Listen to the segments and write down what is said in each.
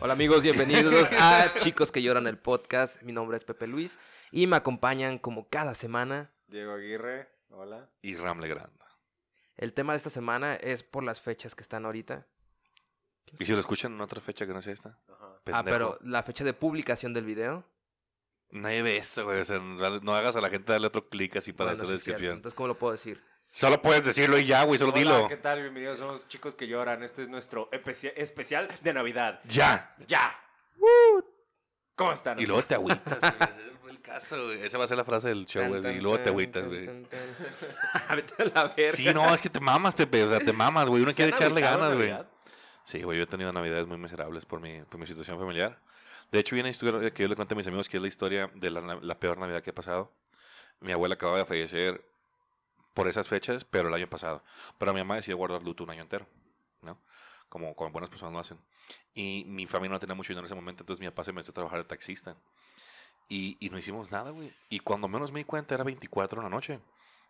Hola amigos, bienvenidos a Chicos que Lloran el podcast. Mi nombre es Pepe Luis y me acompañan como cada semana. Diego Aguirre, hola. Y Ram Legrand. El tema de esta semana es por las fechas que están ahorita. ¿Y si lo escuchan en otra fecha que no sea esta? Ajá. Ah, Pendejo. pero la fecha de publicación del video. Nadie ve eso, güey. O sea, no no hagas a la gente darle otro clic así para Bueno, hacer sí la es cierto. descripción. Entonces, ¿cómo lo puedo decir? Solo puedes decirlo y ya, güey. Solo Hola, dilo. ¿qué tal? Bienvenidos, somos chicos que lloran. Este es nuestro especia- especial de Navidad. ¡Ya! ¡Ya! ¿Cómo están? Y luego te agüitas, güey. Ese fue el caso, güey. Esa va a ser la frase del show, Tan, güey. tan, Y luego te tan, agüitas, tan, güey. tan, tan. Vete a la verga. Sí, no, es que te mamas, Pepe. O sea, te mamas, güey. Uno ¿Se quiere han echarle agüitado en ganas, güey. Navidad? Sí, güey. Yo he tenido navidades muy miserables por mi, por mi situación familiar. De hecho, viene una historia que yo le cuento a mis amigos que es la historia de la, na- la peor Navidad que he pasado. Mi abuela acababa de fallecer por esas fechas, pero el año pasado. Pero mi mamá decidió guardar luto un año entero, ¿no? Como, como buenas personas lo hacen. Y mi familia no tenía mucho dinero en ese momento, entonces mi papá se metió a trabajar de taxista. Y, y no hicimos nada, güey. Y cuando menos me di cuenta era 24 en la noche.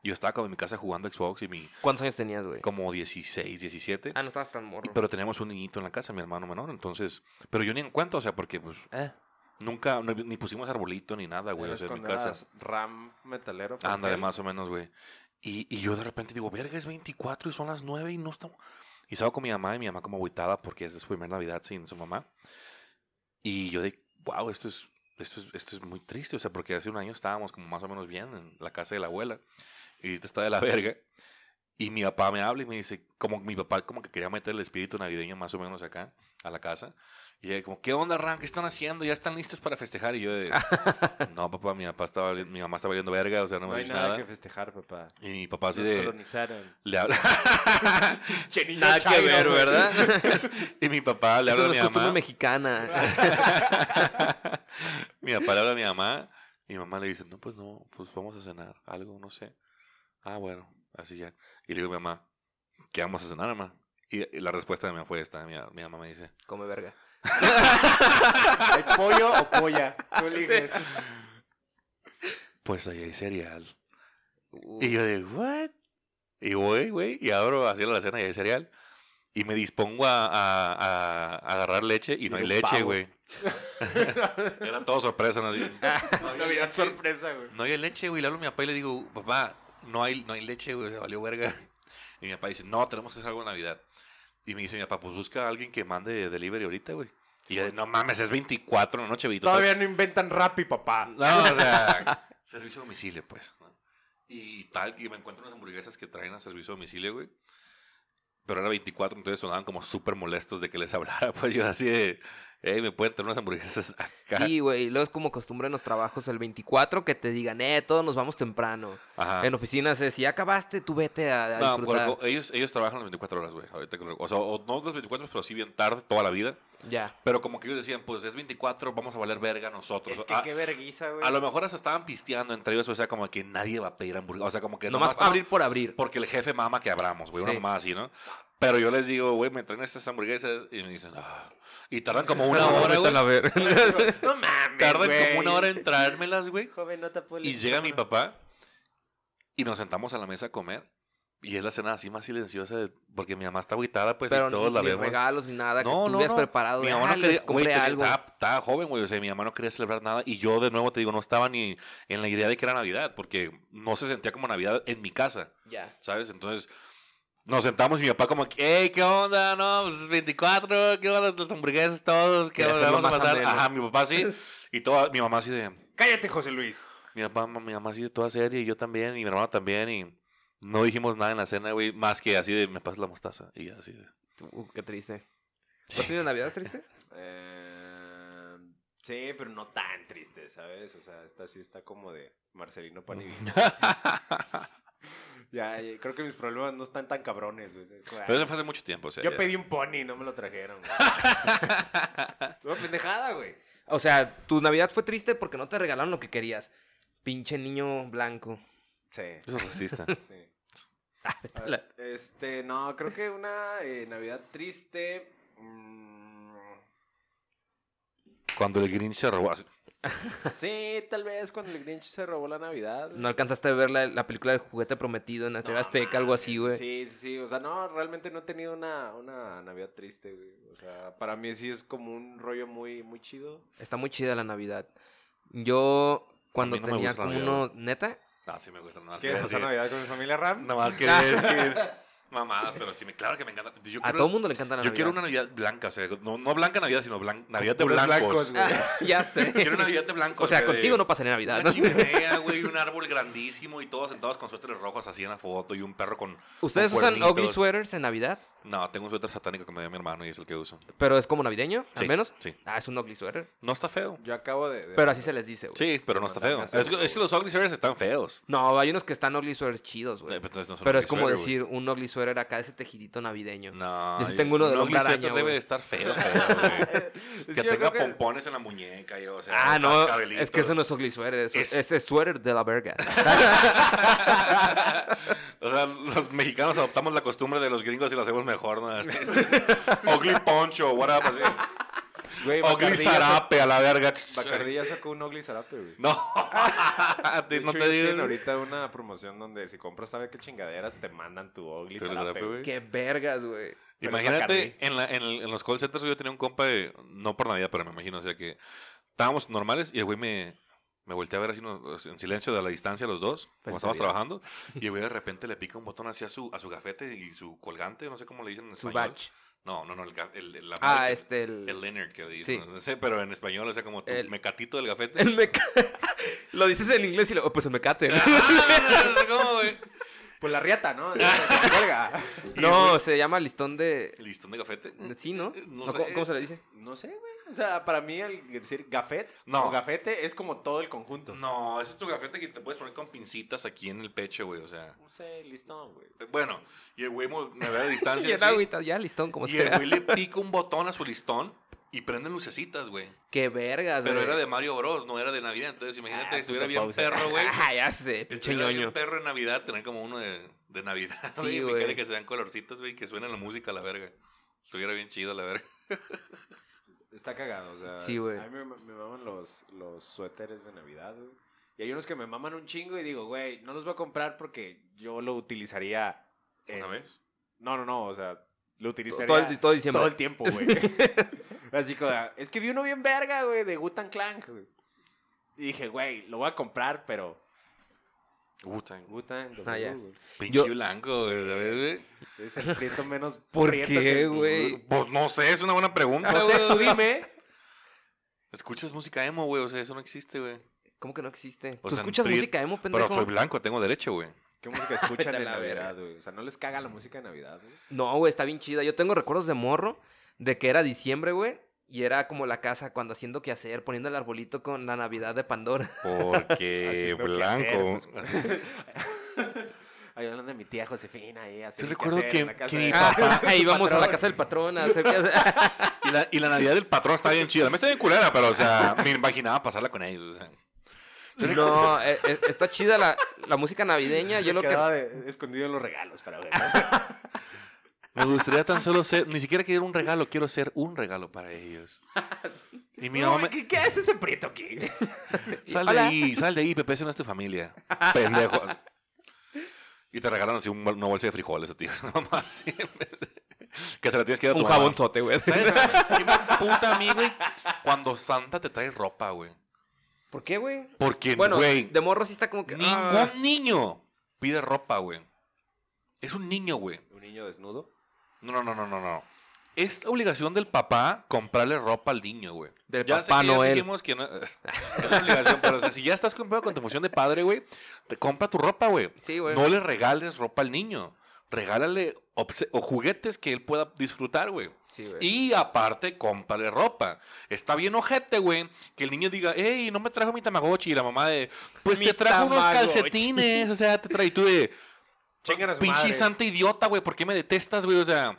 Yo estaba como en mi casa jugando Xbox y mi ¿Cuántos años tenías, güey? como 16, 17. Ah, no estabas tan morro. Y- Pero teníamos un niñito en la casa, mi hermano menor, entonces... Pero yo ni en cuenta, o sea, porque pues... eh, nunca, no- ni pusimos arbolito ni nada, Ah, güey, o Eres sea, en mi con casa. unas Ram metalero. ¿por Ándale, qué? más o menos, güey. Y, y yo de repente digo, verga, es 24 y son las 9 y no estamos... Y estaba con mi mamá y mi mamá como agüitada porque es su primera Navidad sin su mamá. Y yo de, wow, esto es, esto es, esto es muy triste, o sea, porque hace un año estábamos como más o menos bien en la casa de la abuela. Y ahorita está de la verga. Y mi papá me habla y me dice, como mi papá como que quería meter el espíritu navideño más o menos acá, a la casa. Y ella como, ¿qué onda, Ram? ¿Qué están haciendo? ¿Ya están listos para festejar? Y yo de, no, papá, mi, papá estaba, vali- mi mamá está valiendo verga, o sea, no No, me hay dice nada, nada. que festejar, papá. Y mi papá así Nos de, colonizaron. le habla. Nada que ver, ¿verdad? y mi papá le Eso habla a no mi es costumbre mamá. mexicana. mi papá le habla a mi mamá y mi mamá le dice, no, pues no, pues vamos a cenar algo, no sé. Ah, bueno, así ya. Y le digo a mi mamá, ¿qué vamos a cenar, mamá? Y y la respuesta de mi mamá fue esta. Mi, mi mamá me dice, Come verga. ¿Hay pollo o polla? Tú eliges. pues ahí hay cereal. Uh, Y yo de, ¿what? Y voy, güey, y abro así la cena y hay cereal. Y me dispongo a, a- a- a agarrar leche y no Y hay un leche, pavo. güey. Era todo sorpresa, ¿no? Así, Navidad sorpresa, güey. No había leche, güey. Le hablo a mi papá y le digo, papá, no hay, no hay leche, güey. Se valió verga. Y mi papá dice, no, tenemos que hacer algo en Navidad. Y me dice mi papá, pues busca a alguien que mande delivery ahorita, güey. Y yo, de, no mames, es 24 en la noche, güey. tú Todavía no inventan rap y papá. no, o sea, servicio a domicilio, pues. ¿no? Y tal, y me encuentro unas hamburguesas que traen a servicio a domicilio, güey. Pero era 24, entonces sonaban como súper molestos de que les hablara. Pues yo así de, hey, me pueden traer unas hamburguesas acá. Sí, güey. y Luego es como costumbre en los trabajos el 24 que te digan, eh, todos nos vamos temprano. Ajá. En oficinas es, si ya acabaste, tú vete a, a Ah. No, eh, disfrutar. porque ellos, ellos trabajan las 24 horas, güey. Ahorita, que lo- o sea, o no las 24, pero sí bien tarde, toda la vida. Ya. Pero como que ellos decían, pues es 24, vamos a valer verga nosotros. Es que a, qué verguiza, güey. ah, a lo mejor hasta estaban pisteando entre ellos, o sea, como que nadie va a pedir hamburguesa. O sea, como que Nomás nomás- Pues, abrir por abrir. Porque el jefe mama que abramos, güey, una Sí. mamá así, ¿no? Pero yo les digo, güey, me traen estas hamburguesas y me dicen, "Ah". Y tardan como una hora, güey. No mames, Tardan güey. como una hora en traérmelas, güey. Joven, no te Y llega mi papá y nos sentamos a la mesa a comer. Y es la cena así más silenciosa de- porque mi mamá está agüitada, pues, pero y todos ni, la ni vemos. regalos ni nada que tú hubieras preparado. Mi de, mamá "Ah, no les quería, güey, compré tenía- algo. Estaba, estaba joven, güey. O sea, mi mamá no quería celebrar nada. Y yo, de nuevo, te digo, no estaba ni en la idea de que era Navidad. Porque no se sentía como Navidad en mi casa. Ya. ¿Sabes? Entonces nos sentamos y mi papá como, hey, ¿qué onda? No, pues 24, ¿qué onda? Las hamburguesas, todos, ¿qué Quería onda? hacerlo Vamos a más pasar. ameno. Ajá, mi papá sí. Y toda, mi mamá así de, Cállate, José Luis. mi papá, mi mamá así de toda serie, y yo también, y mi hermano también, y no dijimos nada en la cena, güey, más que así de, me pasas la mostaza, y así de. Uh, qué triste. ¿Tú has tenido navidades tristes? Eh, sí, pero no tan triste, ¿sabes? O sea, esta sí está como de Marcelino Panini. ya, ya, creo que mis problemas no están tan cabrones, güey. Es como, Pero ah, eso fue hace mucho tiempo, o sea. Yo ya. pedí un pony y no me lo trajeron, güey. Una pendejada, güey. O sea, tu navidad fue triste porque no te regalaron lo que querías. Pinche niño blanco. Sí, Eso es racista. sí. Ah, Vete a la- Este, no, creo que una eh, Navidad triste. mm, Cuando el Grinch se robó, así, Sí, tal vez cuando el Grinch se robó la Navidad. No alcanzaste a ver la, la película del juguete prometido en la TV No, Azteca, algo así, güey. Sí, sí, sí. O sea, no, realmente no he tenido una, una Navidad triste, güey. O sea, para mí sí es como un rollo muy, muy chido. Está muy chida la Navidad. Yo, cuando no me tenía gusta la como Navidad, uno. ¿Neta? No, "Ah, sí me gusta. Nomás ¿Quieres quería pasar decir- Navidad con mi familia Ram? nomás quería decir mamadas, pero sí, me, claro que me encanta. Yo A quiero- todo mundo le encanta la Navidad. Yo quiero una Navidad blanca, o sea, no, no blanca Navidad, sino blan- Navidad de Puros blancos. güey. Ah, ya sé. Quiero una Navidad de blancos. O sea, güey, de- contigo no pasaré Navidad. Una ¿no? chimenea, güey, un árbol grandísimo y todos sentados con suéteres rojos así en la foto y un perro con... ¿Ustedes con usan ugly cuernitos. sweaters en Navidad? No, tengo un suéter satánico que me dio mi hermano y es el que uso. ¿Pero es como navideño, al Sí, menos? Sí. Ah, es un ugly sweater. No está feo. Yo acabo de... de- Pero así se les dice, güey. Sí, pero no está feo. Es, Mandarme a hacer es que los ugly sweaters están feos. No, hay unos que están ugly sweaters chidos, güey. Eh, pero Eh, entonces no son Pero ugly es como sweater, decir un ugly sweater acá, ese tejidito navideño. güey. No. Yo sí tengo uno un del ugly hombre araña, sweater güey. debe de estar feo, feo, güey. Es que yo tenga creo que- pompones en la muñeca y, o sea, ah, no. cascabelitos. Es que eso no es ugly sweater. Eso, Es- Ese es sweater de la verga. O sea, los mexicanos adoptamos la costumbre de los gringos y lo hacemos mejor, ¿no? Ugly poncho, what up, así. Güey, Ugly Bacardí ya zarape, a la verga. sacó- Bacardí ya sacó un Ugly Zarape, güey. No, De no hecho, te ellos tienen digo. ahorita una promoción donde si compras sabe qué chingaderas te mandan tu Ugly Tú eres Zarape, zarape, güey. güey. Qué vergas, güey. Pero es Imagínate, Bacardí. en, la- en, el- en los call centers güey, yo tenía un compa, de- no por Navidad, pero me imagino, o sea que estábamos normales y el güey me, me volteé a ver así nos- en silencio de la distancia los dos, Feliz como estábamos Navidad. trabajando, y el güey de repente le pica un botón así a su, a su gafete y su colgante, no sé cómo le dicen en Su español. batch. No, no, no, el, ga- el, el- la Ah, marca. este, el... El El, Leonard que le dicen. Sí. No sé, pero en español, o sea, como tu El- mecatito del gafete. meca... lo dices en inglés y lo... oh, pues el mecate. Ah, ¿Cómo, güey? Pues la riata, ¿no? Huelga. no, se llama listón de... ¿El ¿Listón de gafete? Sí, ¿no? No ¿O cómo- sé. ¿Cómo se le dice? No sé, güey. O sea, para mí el decir gafet No. o gafete es como todo el conjunto. No, ese es tu gafete que te puedes poner con pincitas aquí en el pecho, güey, o sea. No sé, listón, güey. Bueno, y el güey mo- me ve a distancia. Y el así, agüita, ya listón, como y el sea. güey le pica un botón a su listón y prenden lucecitas, güey. Qué vergas, Pero güey. era de Mario Bros, no era de Navidad. Entonces, imagínate, Ah, si estuviera puta bien pausa. perro, güey. Ah, ya sé, pinche Estuviera bien ñoño. perro en Navidad, tener como uno de, de Navidad, Sí, güey. y güey. fíjate que sean colorcitos, güey, que suene la música a la verga. Estuviera bien chido, la verga. Está cagado, o sea. Sí, güey. A mí me, me maman los, los suéteres de Navidad, güey. Y hay unos que me maman un chingo y digo, güey, no los voy a comprar porque yo lo utilizaría. en- ¿Una vez? No, no, no, o sea, lo utilizaría Todo el, todo diciembre. todo el tiempo, güey. Así como, es que vi uno bien verga, güey, de Gutan Clank, güey. Y dije, güey, lo voy a comprar, pero Puta, Gutan, Ah, ya. pinche Yo- blanco, güey. la verga. es el prieto menos ¿Por prieto qué, que- güey? Pues no sé, es una buena pregunta, No sé, Ah, güey. tú dime. Escuchas música emo, güey, o sea, eso no existe, güey. ¿Cómo que no existe? ¿Tú O sea, escuchas estoy- música emo, Pero pendejo? soy blanco, tengo derecho, güey. ¿Qué música escuchan Vete a en la Navidad, verga. güey? O sea, ¿no les caga la música de Navidad, güey? No, güey, está bien chida. Yo tengo recuerdos de morro de que era diciembre, güey. Y era como la casa cuando haciendo qué hacer, poniendo el arbolito con la Navidad de Pandora. Porque Haciendo qué Eh, blanco. hacer, pues. Ahí hablando de mi tía Josefina, ahí así. Yo qué recuerdo hacer que- en la casa que de- mi Ah, papá- Ahí vamos a la patrón. casa del patrón a hacer qué hacer. y, la, y la Navidad del patrón está bien chida. Me está bien culera, pero, o sea, me imaginaba pasarla con ellos, o sea. No, eh, eh, está chida la, la música navideña. Yo Me lo que... quedaba de- escondido en los regalos para ver. Me gustaría tan solo ser, ni siquiera quiero un regalo, quiero ser un regalo para ellos. Y mi No, mamá, me- ¿qué, ¿Qué hace ese prieto aquí? sal de Hola. ahí, sal de ahí, Pepe, eso no es tu familia. Pendejo. Y te regalan así un bol- una bolsa de frijoles a ti. Mamá, así, que te la tienes que dar a Un tu mamá. jabonzote, güey. ¿Sabes? Qué mal puta a mí, güey. Cuando Santa te trae ropa, güey. ¿Por qué, güey? Porque, Bueno, güey, de morro sí está como que... ningún ah. niño pide ropa, güey. Es un niño, güey. ¿Un niño desnudo? No, no, no, no, no, no. Es obligación del papá comprarle ropa al niño, güey. Del Ya sé Papá que ya Noel. dijimos que no- es una obligación, pero o sea, si ya estás comprado con tu emoción de padre, güey, te compra tu ropa, güey. Sí, güey. No le regales ropa al niño. Regálale obse- o juguetes que él pueda disfrutar, güey. Sí, güey. Y aparte, cómprale ropa. Está bien ojete, güey, que el niño diga, hey, no me trajo mi Tamagotchi. Y la mamá de, pues Mi te trajo unos Tamagotchi. calcetines. O sea, te trae y tú de, Chingan a su pinche madre. santa idiota, güey, ¿por qué me detestas, güey? O sea,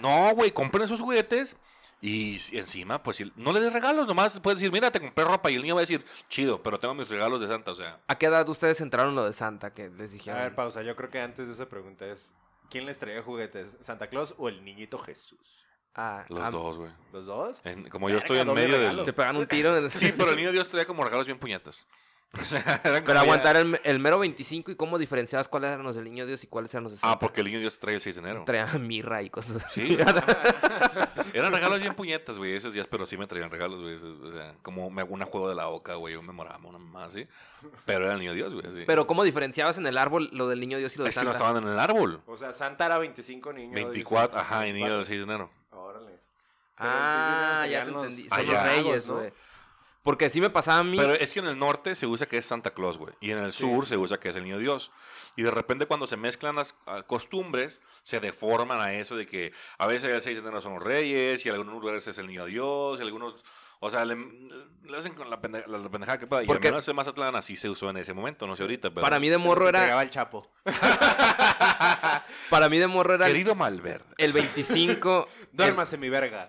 no, güey, compren esos juguetes. Y si- encima, pues, si no le des regalos, nomás puedes decir, mira, te compré ropa. Y el niño va a decir, chido, pero tengo mis regalos de santa, o sea. ¿A qué edad ustedes entraron en lo de Santa que les dijeron? A ver, pausa. Yo creo que antes de esa pregunta es: ¿quién les traía juguetes? ¿Santa Claus o el niñito Jesús? a- Los a- dos, güey. ¿Los dos? Eh. En- Como yo Verga, estoy en doble medio regalo. del... "Ah, Se pegan un tiro. en el- Sí, pero el niño Dios traía como regalos bien puñetas. O sea, eran como Pero ya- aguantar el, el mero 25 y cómo diferenciabas cuáles eran los del niño Dios y cuáles eran los de pues, Ah, porque el niño Dios trae el 6 de enero. Traía mirra y cosas así. Sí, güey. Eran regalos bien puñetas, güey, esos días, pero sí me traían regalos, güey. esos, o sea, como me hago una juego de la boca, güey, un memorama, una mamá así. Pero era el niño Dios, güey, así. Pero cómo diferenciabas en el árbol lo del niño Dios y lo de es que no Santa. estaban en el árbol. O sea, Santa era 25 niños. 24, ajá, y en niño del 6 de enero. Órale. Pero el Ah, 6 de enero ya serían te los- entendí. Ah, Son los ya. reyes, ¿no? güey. Porque sí me pasaba a mí. Pero es que en el norte se usa que es Santa Claus, güey. Y en el Sí, sur sí. se usa que es el niño Dios. Y de repente cuando se mezclan las ah, costumbres, se deforman a eso de que a veces el 6 de enero son los reyes, y en algunos lugares es el niño Dios, y algunos... O sea, le, le hacen con la, pendeja, la, la pendejada que pueda. Y Porque- al menos en Mazatlán así se usó en ese momento, no sé ahorita, pero... para mí de morro Te era. entregaba el chapo. Para mí de morro era. El, Querido Malverde. el 25. el, Duérmase, mi verga.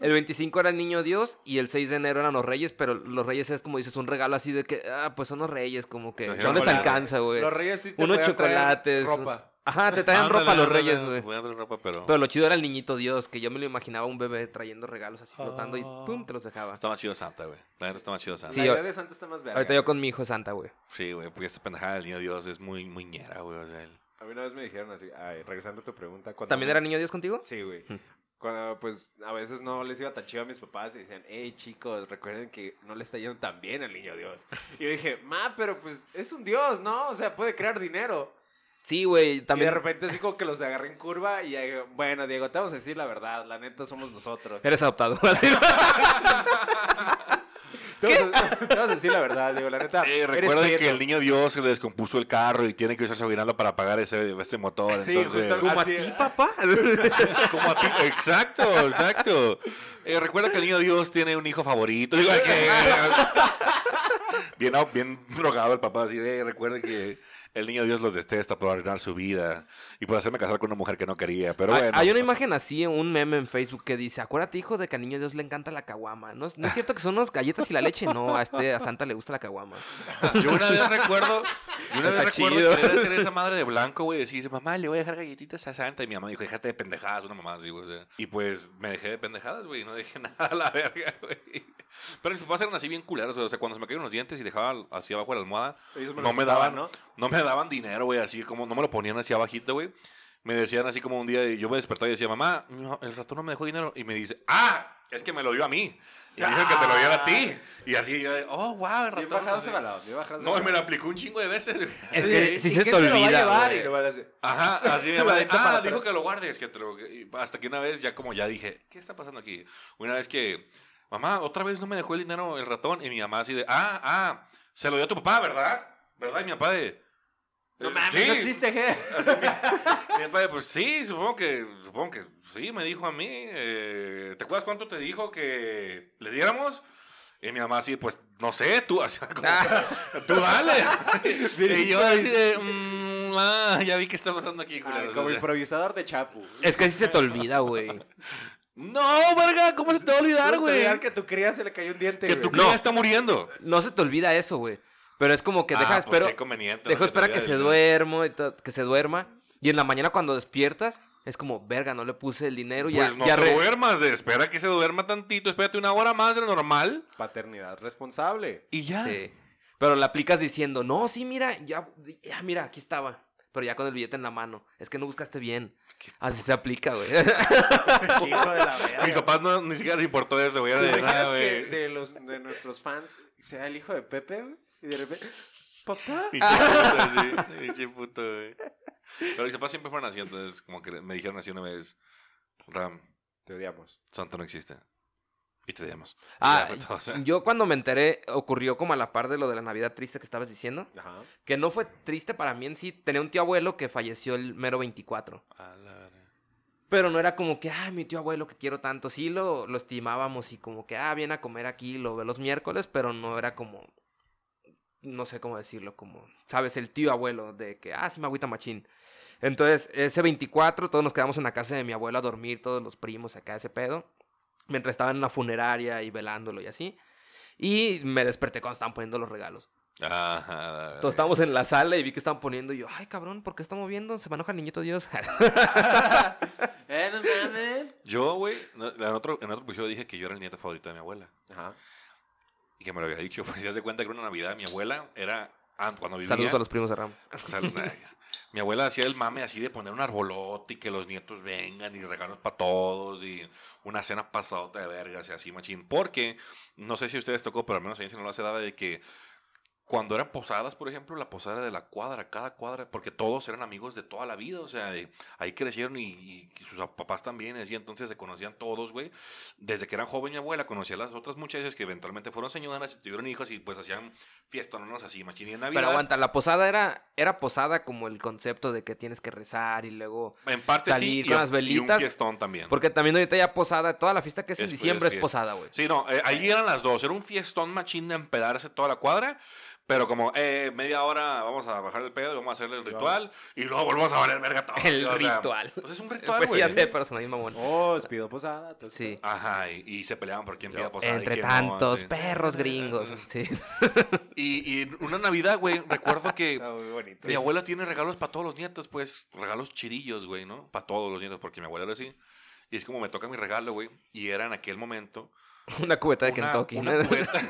el 25 era el niño Dios y el 6 de enero eran los reyes. Pero los reyes es como dices, un regalo así de que. Ah, pues son los reyes, como que. Los No les chocolates. alcanza, güey. Los reyes sí te Unos podían traer chocolates, Ropa. Ajá, te traen Ándale, ropa los Ah, ándale, reyes, güey. te ponían otra ropa, pero... Pero lo chido era el niñito Dios, que yo me lo imaginaba un bebé trayendo regalos así flotando y pum, te los dejaba. Está más chido Santa, güey. La neta está más chido Santa. Sí, la yo- idea de Santa está más verga. Ahorita yo con mi hijo Santa, güey. Sí, güey, porque esta pendejada del niño Dios es muy, muy ñera, güey. O sea, el- A mí una vez me dijeron así, ay, regresando a tu pregunta. Cuando ¿También era niño Dios contigo? Sí, güey. Hmm. Cuando, pues, a veces no les iba tan chido a mis papás y decían, hey, chicos, recuerden que no le está yendo tan bien al niño Dios. Y yo dije, ma, pero pues es un Dios, ¿no? O sea, puede crear dinero. Sí, güey. Y También de repente así como que los agarré en curva y eh, bueno, Diego, te vamos a decir la verdad, la neta somos nosotros. eres adoptado. Te vamos a- te vamos a decir la verdad, Diego, la neta. Eh, Ah, eres recuerden que prieto. el niño Dios se le descompuso el carro y tiene que usar su aguinaldo para pagar ese, ese motor. Sí, entonces, justo- ¿Como a Así ti, es. papá? como a ti. Exacto, exacto. Eh, recuerda que el niño Dios tiene un hijo favorito. Digo, que- bien, bien drogado el papá. Así de, recuerden que el niño Dios los detesta por arruinar su vida y por hacerme casar con una mujer que no quería. Pero Ah, Hay- bueno. Hay una pues, imagen así, un meme en Facebook que dice, acuérdate, hijo, de que al niño Dios le encanta la caguama. No, es- no es cierto que son unas galletas y la leche. No, a este, a Santa le gusta la caguama. Yo una vez recuerdo, yo una Está vez recuerdo chido. querer hacer esa madre de blanco, güey, decir, mamá, le voy a dejar galletitas a Santa. Y mi mamá dijo, déjate de pendejadas, una mamá así, güey. o sea. Y pues me dejé de pendejadas, güey, no dejé nada a la verga, güey. Pero mis papás eran así bien culeros, o sea, cuando se me caían los dientes y dejaba así abajo de la almohada, Ellos no los me quitaban, daban, no me daban dinero, güey, así como no me lo ponían así abajito, güey. Me decían así como un día, y yo me despertaba y decía, mamá, no, el ratón no me dejó dinero. Y me dice, ah, es que me lo dio a mí. Y dijo que te lo dio a ti. Y así, yo, oh, wow, el ratón. Bien bajado así. ese balado, bien bajado ese No, y me la balado. aplicó un chingo de veces. güey. Es que ¿Y sí se quién te lo va a olvida, llevar? güey. Y nomás le hace- Ajá, así de La madre, venta para Ah, atrás. dijo que lo guardes, que te lo- y Hasta que una vez, ya como ya dije, ¿qué está pasando aquí? Una vez que, mamá, otra vez no me dejó el dinero el ratón. Y mi mamá así de, ah, ah, se lo dio a tu papá, ¿verdad? ¿Verdad? Y mi papá de... No "Eh, mames, sí". no existe, ¿qué? Mi papá de, pues sí, supongo que, supongo que sí, me dijo a mí. eh, ¿Te acuerdas cuánto te dijo que le diéramos? Y mi mamá así, pues, no sé, tú, así como, tú dale. y yo así de, "Mm, ah, ya vi que está pasando aquí, Ah, culeros", como o sea. improvisador de Chapu. Es que sí se te olvida, güey. No, verga, ¿cómo se te va a olvidar, Claro, güey? Que tu cría se le cayó un diente, Que güey. tu No. cría está muriendo. No se te olvida eso, güey. Pero es como que deja, Ah, pues, espero... qué conveniente, Dejo ¿no? te esperar que olvides se del- duermo y to- que se duerma. Y en la mañana cuando despiertas, es como, verga, no le puse el dinero. Pues ya, no ya te re- duermas, de- espera que se duerma tantito, espérate una hora más de lo normal Paternidad responsable. y ya. Sí. Pero la aplicas diciendo, no, sí, mira, ya, ya, mira, aquí estaba. Pero ya con el billete en la mano. Es que no buscaste bien. Así se aplica, güey. Hijo de la Mis verga. papás no, ni siquiera les importó eso, güey. era ¿Te de, imaginas "Ah, que güey". de, los, de nuestros fans sea el hijo de Pepe, güey? Y de repente, papá. Pinche puto, sí. Pinche puto, güey. Pero mis papás siempre fueron así, entonces como que me dijeron así una vez, Ram, Te odiamos. Santa no existe. Y te odiamos. Y ya ¿eh? Ah, fue todo, o sea. yo cuando me enteré, ocurrió como a la par de lo de la Navidad triste que estabas diciendo. Ajá. Que no fue triste para mí en sí. Tenía un tío abuelo que falleció el mero 24. A la verga. Pero no era como que, ay, mi tío abuelo que quiero tanto. Sí lo, lo estimábamos y como que, ah, viene a comer aquí, lo ve los miércoles, pero no era como, no sé cómo decirlo, como, sabes, el tío abuelo de que, ah, sí me agüita machín. Entonces, ese 24, todos nos quedamos en la casa de mi abuelo a dormir, todos los primos acá, ese pedo. Mientras estaba en la funeraria y velándolo y así. Y me desperté cuando estaban poniendo los regalos. Ajá, a la verga. Entonces estábamos en la sala y vi que estaban poniendo y yo, ay, cabrón, ¿por qué están moviendo? Se me enoja el niñito Dios. Eh, no mames. Yo, güey, no, en otro, en otro episodio dije que yo era el nieto favorito de mi abuela. Ajá. Y que me lo había dicho. Pues ya se cuenta que era una Navidad. Mi abuela era. ah, cuando vivía. Saludos a los primos de Ram. Saludos. mi abuela hacía el mame así de poner un arbolote y que los nietos vengan y regalos para todos y una cena pasadota de vergas y así, machín. Porque, no sé si a ustedes tocó, pero al menos a mí se no la se daba de que cuando eran posadas, por ejemplo, la posada era de la cuadra, cada cuadra, porque todos eran amigos de toda la vida, o sea, de- ahí crecieron y, y sus papás también, y así, entonces se conocían todos, güey. Desde que eran joven mi abuela conocía a las otras muchachas que eventualmente fueron señoras, y tuvieron hijos y pues hacían fiestanonas así, machín. Y en Navidad, Pero aguanta, la posada era, era posada como el concepto de que tienes que rezar y luego. en parte salir sí, con y, las y un velitas, fiestón también. Porque también ahorita ya posada, toda la fiesta que es en Em, Es- diciembre es es, fiesta. posada, güey. Sí, no, eh, ahí eran las dos. Era un fiestón machín de empedarse toda la cuadra. Pero como, eh, media hora vamos a bajar el pedo y vamos a hacerle el ritual. Y luego volvemos a valer verga todos. El o sea, ritual. pues es un ritual, Pues sí, güey. ya sé, pero sonaría mamón. Oh, os pido posada. entonces- Sí. Ajá, y, y se peleaban por quién pida posada. y Entre quién no, tantos así. perros gringos. Sí. Y, y una Navidad, güey, recuerdo que Está muy bonito. mi abuela tiene regalos para todos los nietos, pues. Regalos chidillos, güey, ¿no? Para todos los nietos, porque mi abuela era así. Y es como me toca mi regalo, güey. Y era en aquel momento Una cubeta de una- Kentucky. Una cubeta,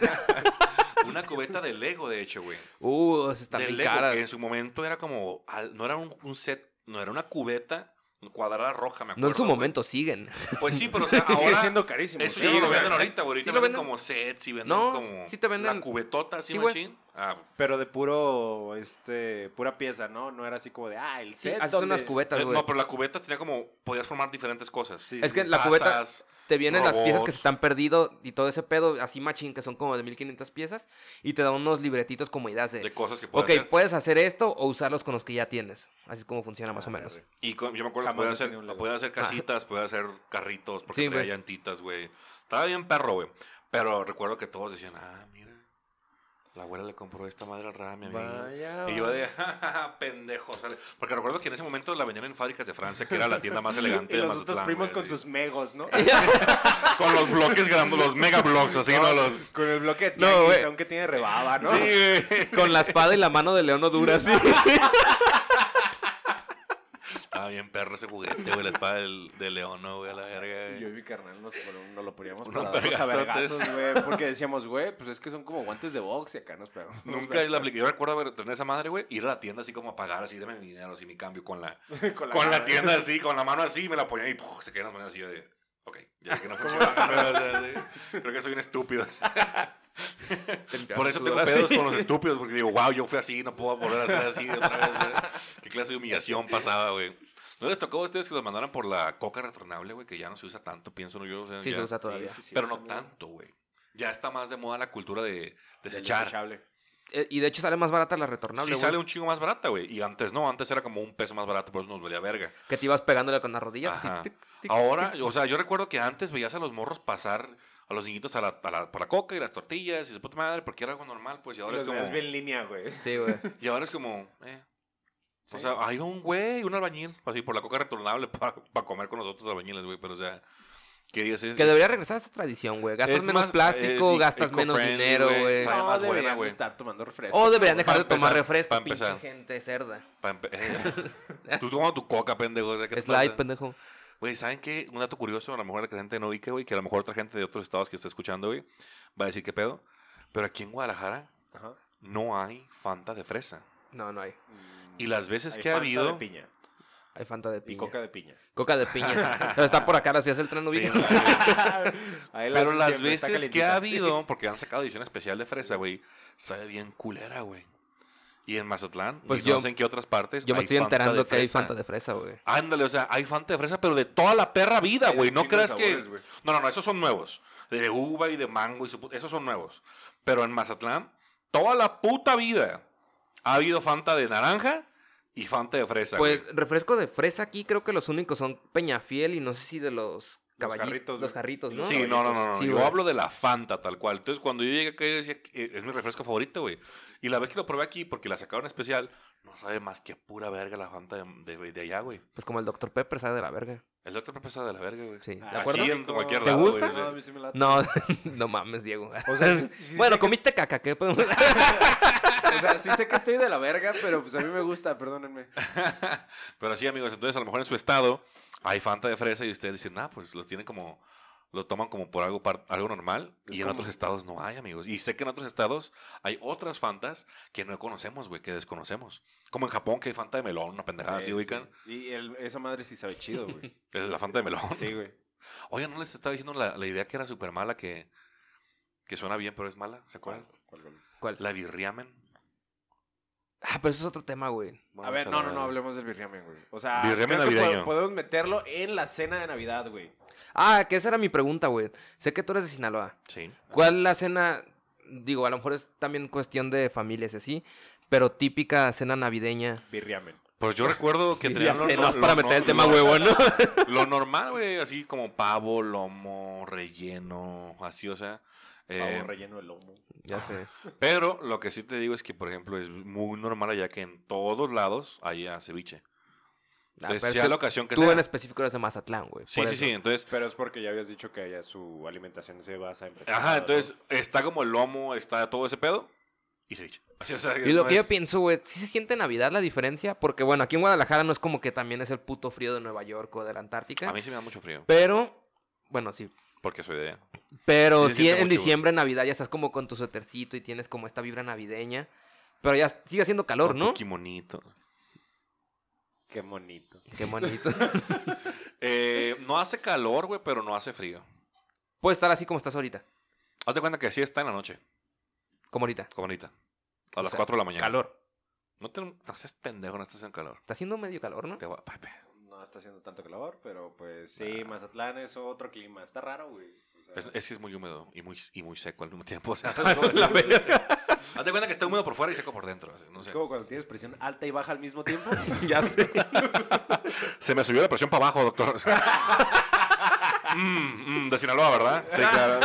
una cubeta de Lego, de hecho, güey. Uh, esas están De bien Lego, caras. que en su momento era como. al- No era un, un set, no era una cubeta cuadrada roja, me acuerdo. No en su güey. momento siguen. Pues sí, pero o sea, Sigue ahora. siendo carísimo. Eso sí, ya no lo güey. venden ahorita, güey. Ahorita Sí lo venden, venden. como sets y venden No, como. sí te venden- La cubetota, así, sí, güey. machín. Ah, Pero de puro, este, pura pieza, ¿no? No era así como de, ah, el Sí, set. así son donde- las cubetas, eh, güey. no, pero la cubeta tenía como. Podías formar diferentes cosas. Sí, sí, es que sí. la cubeta Tazas, te vienen las piezas que robots. se están perdido y todo ese pedo, así machín, que son como de 1500 piezas, y te da unos libretitos como ideas de. de cosas que ok, podías hacer. puedes hacer esto o usarlos con los que ya tienes. Así es como funciona más o Ah, menos. arre. Y con- yo me acuerdo que Jamás podía he hacer, tenido un Lego. podía hacer casitas, podía hacer carritos, porque Sí, traía güey. llantitas, güey. Estaba bien perro, güey. Pero recuerdo que todos decían, ah, mira, la abuela le compró esta madre rara a mi amigo. Vaya. Y yo de, "Ja, ja, ja, pendejo. sale". Porque recuerdo que en ese momento la vendían en fábricas de Francia, que era la tienda más elegante Y de los otros Mazatlán, primos güey, con así. sus megos, ¿no? Con los bloques grandes, los mega blocks, así, ¿no? Los... Con el bloque de No, tianguis, güey. aunque tiene rebaba, ¿no? Sí, güey. Con la espada y la mano de león no dura, sí. Estaba bien perro ese juguete, güey, la espada del, de león, ¿no, güey, a la verga, güey. Yo y mi carnal nos, pon- nos lo poníamos Unos para darnos a vergazotes. vergazos, güey. Porque decíamos, güey, pues es que son como guantes de box y acá nos pegamos. Nunca la apliqué. Yo recuerdo haber tener esa madre, güey, ir a la tienda así como a pagar, así, dame mi dinero, así mi cambio con la, con con la cara. tienda así, con la mano así, me la ponía y ¡puf! se quedan las manos así yo de, ok, ya sé que no funciona. O sea, sí, Creo que soy un estúpido. Por eso tengo pedos con los estúpidos, porque digo, wow, yo fui así, no puedo volver a ser así otra vez. güey". Qué clase de humillación pasaba, güey. ¿No les tocó a ustedes que los mandaran por la coca retornable, güey? Que ya no se usa tanto, pienso yo. o sea, Sí, ya- se usa todavía. Sí, sí, sí, Pero es no un- tanto, güey. Ya está más de moda la cultura de del desechar. desechable. Eh, Y de hecho sale más barata la retornable, Sí güey, sale un chingo más barata, güey. Y antes no, antes era como un peso más barato, por eso nos valía verga. Que te ibas pegándole con las rodillas. así, Ajá. tic, tic, Ahora, o sea, yo recuerdo que antes veías a los morros pasar a los niñitos a la, a la- por la coca y las tortillas y su puta madre, porque era algo normal, pues. Y ahora Los es como. veías bien línea, güey. Sí, güey. Y ahora es como. eh. O Sí. sea, hay un güey, un albañil, así por la coca retornable para comer con nosotros albañiles, güey. Pero, o sea, ¿qué dirías? Es, Que debería regresar a esa tradición, güey. Gastas Es menos más, plástico, eh, sí, gastas menos eco-friendly, dinero, güey. güey. Sabe más buena, deberían güey. Oh, estar tomando refresco. O deberían güey. dejar de Para tomar empezar, refresco, para pinche empezar. gente cerda. pa' empe- eh. Tú tomas tu coca, pendejo. o sea, ¿qué te Slide, pasa? pendejo. Güey, ¿saben qué? Un dato curioso, a lo mejor la que la gente no ubica, güey, que a lo mejor otra gente de otros estados que está escuchando, güey, va a decir qué pedo. Pero aquí en Guadalajara Ajá. no hay Fanta de fresa. No, no hay. Y las veces Hay que ha Fanta habido... de piña. Hay Fanta de Y piña. coca Coca... de piña. de piña. Pero está por acá las vías del tren, Sí, ubica. Ahí pero hacen las siempre, está veces que ha calentita, sí. habido, porque han sacado edición especial de fresa, güey, sabe bien culera, güey. Y en Mazatlán, Pues y yo- no sé en qué otras partes. Yo me hay estoy Fanta de enterando que hay fresa. Fanta de fresa, güey. Ándale, o sea, hay Fanta de fresa, pero de toda la perra vida, Hay güey. un No chingo de creas que... sabores, güey. No, no, no, esos son nuevos. De uva y de mango y su pu- Esos son nuevos. Pero en Mazatlán, toda la puta vida ha habido Fanta de naranja y Fanta de fresa. Pues güey. refresco de fresa aquí creo que los únicos son Peñafiel y no sé si de los caballitos. jarritos, Los güey. jarritos, ¿no? pues, Sí, no, no, no. no. Sí, yo güey. hablo de la Fanta tal cual. Entonces, cuando yo llegué acá, yo decía, "Eh, es mi refresco favorito, güey. Y la vez que lo probé aquí, porque la sacaron especial, no sabe más que pura verga la Fanta de, de- de allá, güey. Pues como el Dr. Pepper sabe de la verga. El doctor Pepe sabe de la verga, güey. Sí, ¿de Ah, acuerdo? Aquí qué en rico. cualquier ¿Te lado, güey, gusta? sí. No, a mí sí me late. No, no mames, Diego. O sea, sí- sí sé bueno, que- comiste caca, ¿qué podemos O sea, sí sé que estoy de la verga, pero pues a mí me gusta, perdónenme. Pero sí, amigos, entonces a lo mejor en su estado hay Fanta de fresa y ustedes dicen, ah, pues los tienen como, lo toman como por algo, par- algo normal. Es y en como- otros estados no hay, amigos. Y sé que en otros estados hay otras Fantas que no conocemos, güey, que desconocemos. Como en Japón, que hay Fanta de melón, una pendejada Sí, así, Ah, ubican. sí. Y el- esa madre sí sabe chido, güey. La Fanta de melón. Sí, güey. Oye, ¿no les estaba diciendo la, la idea que era súper mala, que, que suena bien, pero es mala? ¿Se acuerdan? ¿Cuál? La birriamen. Ah, pero eso es otro tema, güey. A Vamos ver, no, la no, no, verga. hablemos del birriamen, güey. O sea, Birriamen creo que po- navideño. podemos meterlo en la cena de Navidad, güey. Ah, que esa era mi pregunta, güey. Sé que tú eres de Sinaloa. Sí. ¿Cuál la cena? Digo, a lo mejor es también cuestión de familias y así, pero típica cena navideña. Birriamen. Pues yo recuerdo que tenían sé, no es para meter el tema lo- huevón, ¿no? Lo normal, güey, así como pavo, lomo, relleno, así, o sea. eh, Pavo relleno de lomo. Ya Ah. sé. pero lo que sí te digo es que, por ejemplo, es muy normal allá que en todos lados haya ceviche. Ah, Entonces, pero es sea que la ocasión que tú sea. en específico eres de Mazatlán, güey. Sí, por sí, eso. sí. Entonces, Pero es porque ya habías dicho que allá su alimentación se basa en pescado, ajá, ¿no? entonces está como el lomo, está todo ese pedo y ceviche. Así, o sea, Y lo no que yo es- pienso, güey, ¿sí se siente Navidad la diferencia? Porque, bueno, aquí en Guadalajara no es como que también es el puto frío de Nueva York o de la Antártica. A mí sí me da mucho frío, Pero, bueno, sí. porque soy de allá. Pero Sí se sí, siente en mucho, diciembre, en Navidad, ya estás como con tu suétercito y tienes como esta vibra navideña. Pero ya sigue haciendo calor, Con tu ¿no? kimonito. Qué bonito. Qué bonito. Eh, no hace calor, güey, pero no hace frío. Puede estar así como estás ahorita. Hazte cuenta que sí está en la noche, Como ahorita. como ahorita. A O las sea, 4 de la mañana. Calor. No te no seas pendejo, no estás en calor. Está haciendo medio calor, ¿no? Te voy a- Pepe. No está haciendo tanto calor, pero pues sí, Mazatlán es otro clima. Está raro, güey. O sea, Es, eh, es que es muy húmedo y muy, y muy seco al mismo tiempo. O sea, no es la verga. Hazte cuenta que está húmedo por fuera y seco por dentro. así, no es sé. como cuando tienes presión alta y baja al mismo tiempo. Ya sé. Se me subió la presión para abajo, doctor. Mm, mm, de Sinaloa, ¿verdad? Sí, claro.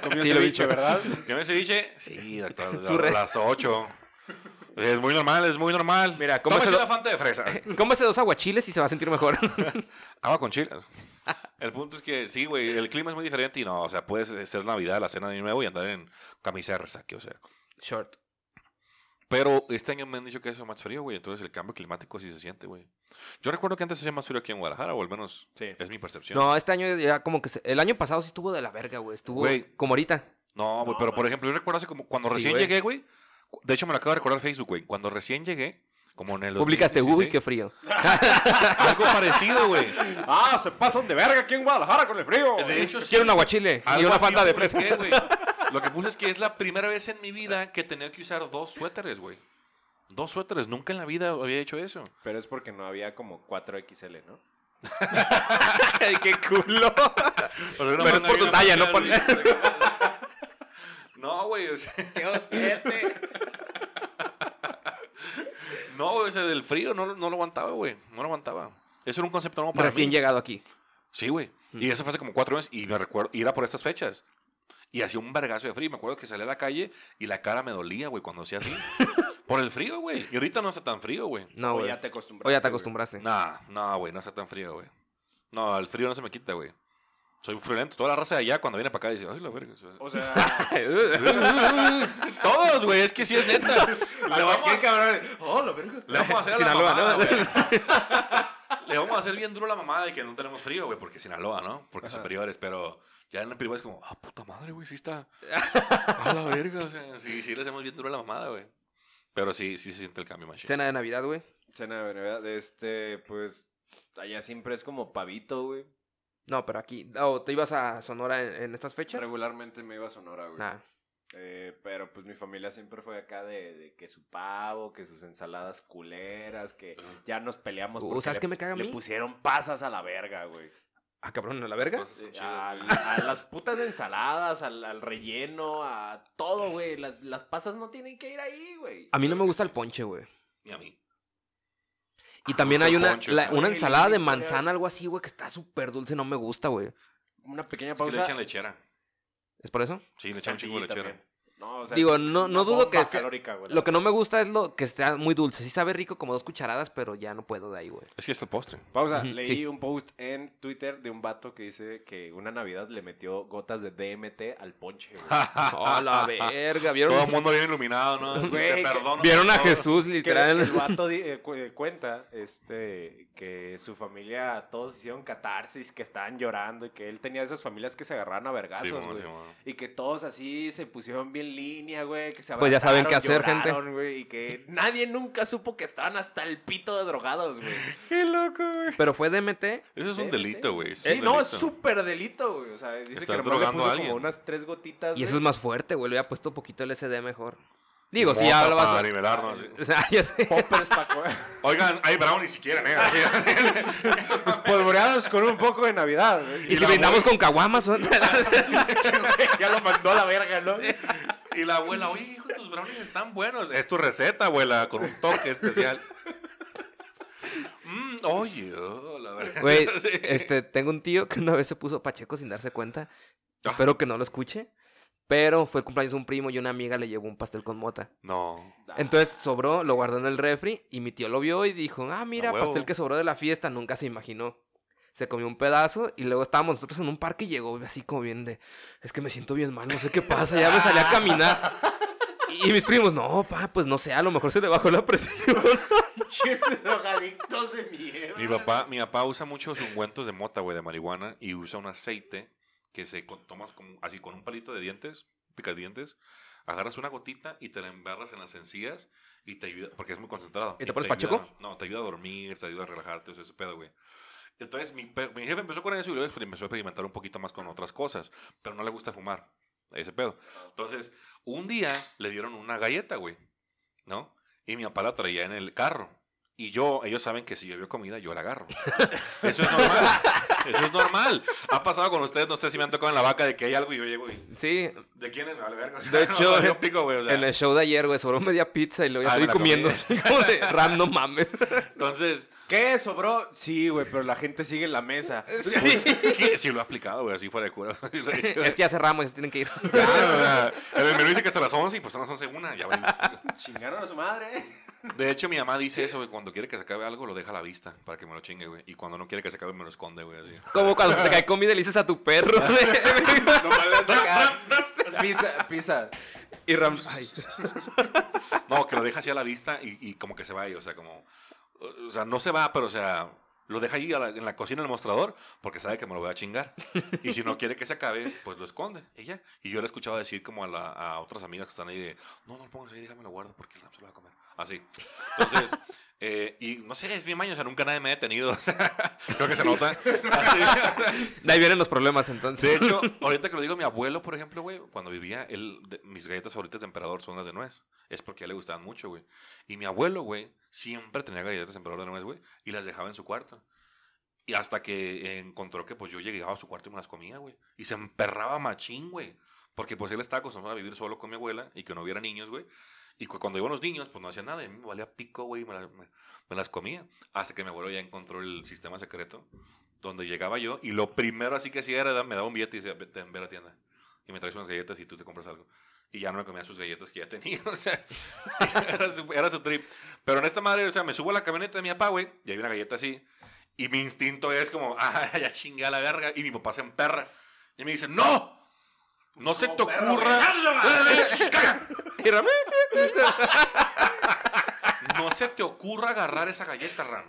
Comió Sí, lo he ceviche, dicho. ¿verdad? ¿Qué me ceviche? Sí, doctor. Su re- A las 8. Es muy normal, es muy normal. Mira, ¿cómo ¿cómo se es lo- una fanta de fresa? Cómese dos aguachiles y se va a sentir mejor. Agua con chile. El punto es que sí, güey, el clima es muy diferente y no, o sea, puedes ser Navidad, la cena de Año Nuevo y andar en camisa de resaque, o sea. Short. Pero este año me han dicho que hace más frío, güey. Entonces el cambio climático sí se siente, güey. Yo recuerdo que antes hacía más frío aquí en Guadalajara, o al menos Sí. es mi percepción. No, este año ya como que... se- El año pasado sí estuvo de la verga, güey. Estuvo Güey. como ahorita. No, pues. güey, No, pero por mames. ejemplo, yo recuerdo hace como cuando Sí, recién güey. llegué, güey. cu- De hecho, me lo acabo de recordar Facebook, güey. Cuando recién llegué, como en el. Publicaste, uy, 2016, qué frío. Algo parecido, güey. ¡Ah! ¡Se pasan de verga aquí en Guadalajara con el frío! De hecho, sí. Quiero un aguachile y Algo una así falda de fresa. publiqué, güey. Lo que puse es que es la primera vez en mi vida que tenía que usar dos suéteres, güey. Dos suéteres. Nunca en la vida había hecho eso. Pero es porque no había como 4XL, ¿no? Ay, ¡Qué culo! Pero, Pero es por tu talla, no por- No, güey, o sea, no, güey, o sea, del frío no, lo- no lo aguantaba, güey. No lo aguantaba. Eso era un concepto nuevo para Recién mí. llegado aquí. Sí, güey. Y eso fue hace como cuatro años y me recuerdo, y era por estas fechas. Y hacía un vergazo de frío. Y Me acuerdo que salí a la calle y la cara me dolía, güey, cuando hacía así. por el frío, güey. Y ahorita no está tan frío, güey. No, o güey. ya te acostumbraste. O ya te güey. acostumbraste. Nah, no, güey, no está tan frío, güey. No, el frío no se me quita, güey. Soy friolento. Toda la raza de allá cuando viene para acá dice, ay, la verga. se hace". O sea, Todos, güey, es que sí es neta. Le cualquier vamos, cabrón. ¡Oh, la verga! le vamos a hacer a la Sinaloa, mamada, ¿no? güey. Le vamos a hacer bien duro la mamada de que no tenemos frío, güey, porque Sinaloa, ¿no? Porque superiores, pero ya en el privado es como, ah, puta madre, güey, sí está. A la verga, o sea, sí, sí le hacemos bien duro la mamada, güey. Pero sí, sí se siente el cambio, macho. Cena de Navidad, güey. Cena de Navidad, este, pues, allá siempre es como pavito, güey. No, pero aquí... Oh, ¿Te ibas a Sonora en, en estas fechas? Regularmente me iba a Sonora, güey. Nah. Eh, pero pues mi familia siempre fue acá de, de que su pavo, que sus ensaladas culeras, que ya nos peleamos. Uh, porque ¿sabes le- qué me caga a Le mí? pusieron pasas a la verga, güey. Ah, cabrón, ¿a la verga? Cosas son Eh, A, chidas, güey. a las putas ensaladas, al, al relleno, a todo, güey. Las, las pasas no tienen que ir ahí, güey. A mí no me gusta el ponche, güey. Ni a mí. Y también hay el una, ponche, la- güey. una Güey, la ensalada de historia- manzana, algo así, güey, que está súper dulce, no me gusta, güey. Una pequeña Es que le pausa. echan lechera. ¿Es por eso? Sí, le echan un chingo de Chantilly lechera. también. No, o sea, Digo, es no- una no dudo bomba que sea- calórica, güey, la Lo que verdad. no me gusta es lo que está muy dulce. Sí sabe rico como dos cucharadas, pero ya no puedo de ahí, güey. Es que es el postre. Pausa, Ujú, leí sí. un post en Twitter de un vato que dice que una Navidad le metió gotas de DMT al ponche, güey. ¡Oh, la verga! ¿Vieron, Todo el mundo bien iluminado, ¿no? Sí, Güey, te perdono ¿Vieron a todo. Jesús, Que el literal? el vato di- eh, cu- eh, cuenta este, que su familia, todos hicieron catarsis, que estaban llorando y que él tenía esas familias que se agarraban a Sí, vergazos, mamá, güey. sí, mamá. Y que todos así se pusieron bien línea, güey. Que se Pues ya saben qué abrazaron, hacer, gente. lloraron, güey, y que nadie nunca supo que estaban hasta el pito de drogados, güey. Qué loco, güey. Pero fue DMT. Eso es un Sí, delito, sí. güey. Sí, Eh, un no, delito. es súper delito, güey. O sea, dice Estás que nomás le drogando a puso alguien. como unas tres gotitas. Y eso es güey. más fuerte, güey. Le había puesto poquito LSD mejor. Digo, si Mota ya lo vas Para a... Ah, nivelar, ¿no? Así. O sea, ya sé. poppers pa' co- Oigan, hay brownie si quieren, ¿eh? Así, así. Espolvoreados con un poco de Navidad, güey. Y si la brindamos con caguamas, son- ya lo mandó a la verga, ¿no? Y la abuela, oye, hijo, tus brownies están buenos. Es tu receta, abuela, con un toque especial. Mm, oye, oh, la verdad. Güey, Sí. este, tengo un tío que una vez se puso pacheco sin darse cuenta. Ah. Espero que no lo escuche. Pero fue el cumpleaños de un primo y una amiga le llevó un pastel con mota. No. Entonces sobró, lo guardó en el refri y mi tío lo vio y dijo, ah, mira, huevo. pastel que sobró de la fiesta, nunca se imaginó. Se comió un pedazo y luego estábamos nosotros en un parque y llegó así como bien de, es que me siento bien mal, no sé qué pasa, ya me salí a caminar. Y mis primos, no, pa, pues no sé, a lo mejor se le bajó la presión. Pinches drogadictos de mierda. Mi papá, mi papá usa muchos ungüentos de mota, güey, de marihuana, y usa un aceite que se co- tomas como, así con un palito de dientes, picadientes, agarras una gotita y te la embarras en las encías y te ayuda, porque es muy concentrado. ¿Y te pones ayuda- pacheco? no, te ayuda a dormir, te ayuda a relajarte, o sea, ese pedo, güey. Entonces, mi, pe- mi jefe empezó con eso y luego exper- empezó a experimentar un poquito más con otras cosas, pero no le gusta fumar, ese pedo. Entonces, un día le dieron una galleta, güey, ¿no? Y mi papá la traía en el carro. Y yo, ellos saben que si yo veo comida, yo la agarro. Eso es normal. Eso es normal. Ha pasado con ustedes, no sé si me han tocado en la vaca de que hay algo y yo llego y. Sí, ¿De quién es? Vale, verga, o sea, De no, hecho, yo pico, güey. o sea. en el show de ayer, güey, sobró media pizza y luego ya Ah, me estoy la comí. comiendo. así como de, Ram, no mames. Entonces, ¿Qué sobró? Sí, güey, pero la gente sigue en la mesa. pues, sí, sí lo he aplicado, güey, así fuera de cura. Sí lo he hecho. Es que ya cerramos, ya se tienen que ir. Ya, o sea, el menú dice que hasta las 11 y pues son las 11 una. Ya, güey. Chingaron a su madre. De hecho, mi mamá dice eso, güey. Cuando quiere que se acabe algo, lo deja a la vista para que me lo chingue, güey. Y cuando no quiere que se acabe, me lo esconde, güey. Así. Como cuando se te cae comida y le dices a tu perro. güey. No me vas a sacar. Pisa, pisa. y Ram, ay. No, que lo deja así a la vista y, y como que se va ahí, o sea, como... O sea, no se va, pero o sea, lo deja ahí a la- en la cocina, en el mostrador, porque sabe que me lo voy a chingar. Y si no quiere que se acabe, pues lo esconde, ella. Y yo le he escuchado decir como a, la- a otras amigas que están ahí de, no, no lo pongas ahí, déjame lo guardo, porque el Ram se lo va a comer. Así. Entonces, eh, y no sé, es mi maño, o sea, nunca nadie me ha detenido, o sea, creo que se nota. Así, o sea, De ahí vienen los problemas entonces. de hecho, ahorita que lo digo, mi abuelo, por ejemplo, güey, cuando vivía, él, de- mis galletas favoritas de emperador son las de nuez. Es porque a él le gustaban mucho, güey. Y mi abuelo, güey, siempre tenía galletas de emperador de nuez, güey, y las dejaba en su cuarto. Y hasta que encontró que, pues, yo llegaba a su cuarto y me las comía, güey. Y se emperraba machín, güey. Porque, pues, él estaba acostumbrado a vivir solo con mi abuela y que no hubiera niños, güey. Y cu- cuando iban los niños, pues, no hacía nada. Y a mí me valía pico, güey, y me las, me- me las comía. Hasta que mi abuelo ya encontró el sistema secreto donde llegaba yo y lo primero así que hacía era me daba un billete y decía, vete ve a la tienda y me traes unas galletas y tú te compras algo. Y ya no me comía sus galletas que ya tenía, o sea, era su, era su trip. Pero en esta madre, o sea, me subo a la camioneta de mi papá, güey, y hay una galleta así, y mi instinto es como, ah, ya chingué a la verga, y mi papá se emperra, y me dice, no, no se te perro, ocurra, Y Ram, no se te ocurra agarrar esa galleta, Ram.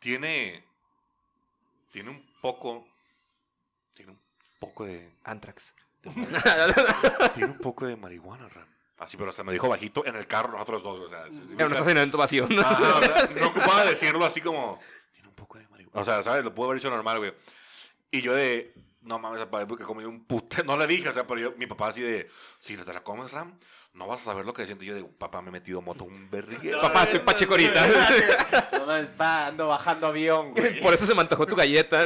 Tiene. Tiene un poco. Tiene un poco de. Antrax. tiene un poco de marihuana, Ram. Así, pero hasta me dijo bajito en el carro nosotros dos. O sea, sí, sí, Era un o sea, estacionamiento vacío. ¿no? Ajá, o sea, no ocupaba decirlo así como. Tiene un poco de marihuana. O sea, ¿sabes? Lo pudo haber dicho normal, güey. Y yo de. No mames, papá, porque comí un puta. No le dije, o sea, pero yo, mi papá así de. Si te la comes, Ram, no vas a saber lo que siento. Y yo de, papá, me he metido moto un berriguero. Papá, estoy pacheco ahorita. No mames, pa, ando bajando avión, güey. Por eso se me antojó tu galleta.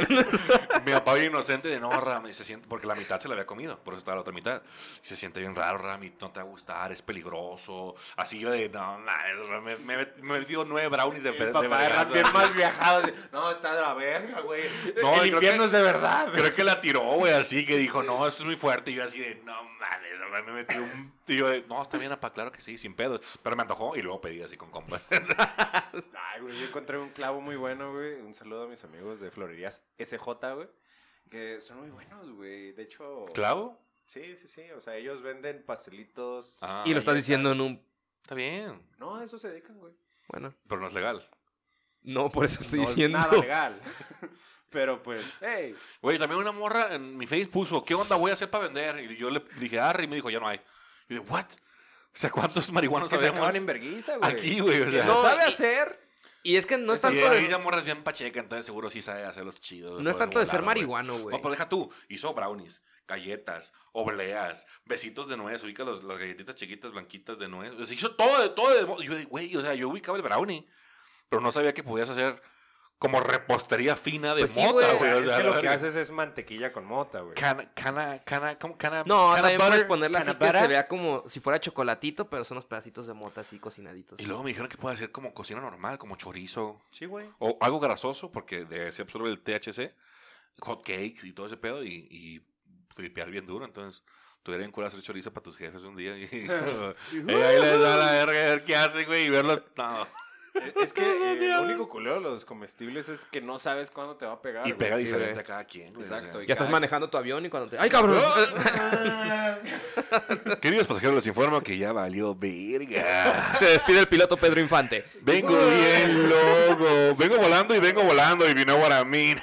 Mi papá bien inocente de no, Ram, y se siente, porque la mitad se la había comido, por eso estaba la otra mitad. Y se siente bien raro, Ram, y no te va a gustar, es peligroso. Así yo de, no, mames, Ram, me, me, me he metido nueve brownies de, El de papá de Ram vergazo". bien mal viajado. así, No, está de la verga, güey. No, el y creo infierno que- es de verdad. Creo que la tiró, güey, así que dijo, no, esto es muy fuerte. Y yo así de, no mames, me metí un... Y yo de, no, está bien, papá, claro que sí, sin pedos. Pero me antojó y luego pedí así con compas. Ay, güey, yo encontré un clavo muy bueno, güey. Un saludo a mis amigos de Florerías SJ, güey. Que son muy buenos, güey. De hecho... ¿Clavo? Sí, sí, sí. O sea, ellos venden pastelitos. Ah. Y lo estás galletas. diciendo en un... Está bien, No, a eso se dedican, güey. Bueno, pero no es legal. no, por eso estoy no diciendo... Es nada legal. Pero pues, hey, Güey, también una morra en mi face puso, ¿qué onda voy a hacer para vender? Y yo le dije, Arri, y me dijo, ya no hay. Y yo de, ¿what? O sea, ¿cuántos marihuanos es que se sabemos acaban en vergüenza, güey. aquí, güey? O sea, No, No, sabe y- hacer. Y es que no es Esa tanto y idea ahí de, la morra es bien pacheca, entonces seguro sí sabe hacerlos chidos. pues, no es tanto de ser volar, güey. marihuano, güey. No, pero deja tú, hizo brownies, galletas, obleas, besitos de nuez, ubica los- las galletitas chiquitas blanquitas de nuez. O sea, hizo todo, de todo. de mo- yo, de, güey, o sea, yo ubicaba el brownie, pero no sabía que podías hacer como repostería fina de Pues sí, mota, güey. güey. o Es sea, que la lo que verga. haces es mantequilla con mota, güey. Cana, cana, cana, ¿cómo? Cana, No, pues, cana también butter. puedes ponerla así que canapara. se vea como si fuera chocolatito, pero son los pedacitos de mota así cocinaditos. Y luego me dijeron que puede hacer como cocina normal, como chorizo, Sí, güey. o algo grasoso, porque de se absorbe el THC, hot cakes y todo ese pedo, y, y flipear bien duro. Entonces, tuvieran culo hacer chorizo para tus jefes un día. Y, y ahí les da la verga, a ver qué hacen, güey, y verlos. No. Es- Es que eh, lo único culero de los comestibles es que no sabes cuándo te va a pegar. Y güey. pega sí, diferente güey. a cada quien, güey. Exacto, o sea. ya estás cada- manejando tu avión y cuando te... ¡Ay, cabrón! Queridos pasajeros, les informo que ya valió verga. se despide el piloto Pedro Infante. Vengo bien loco. Vengo volando y vengo volando y vino para mí.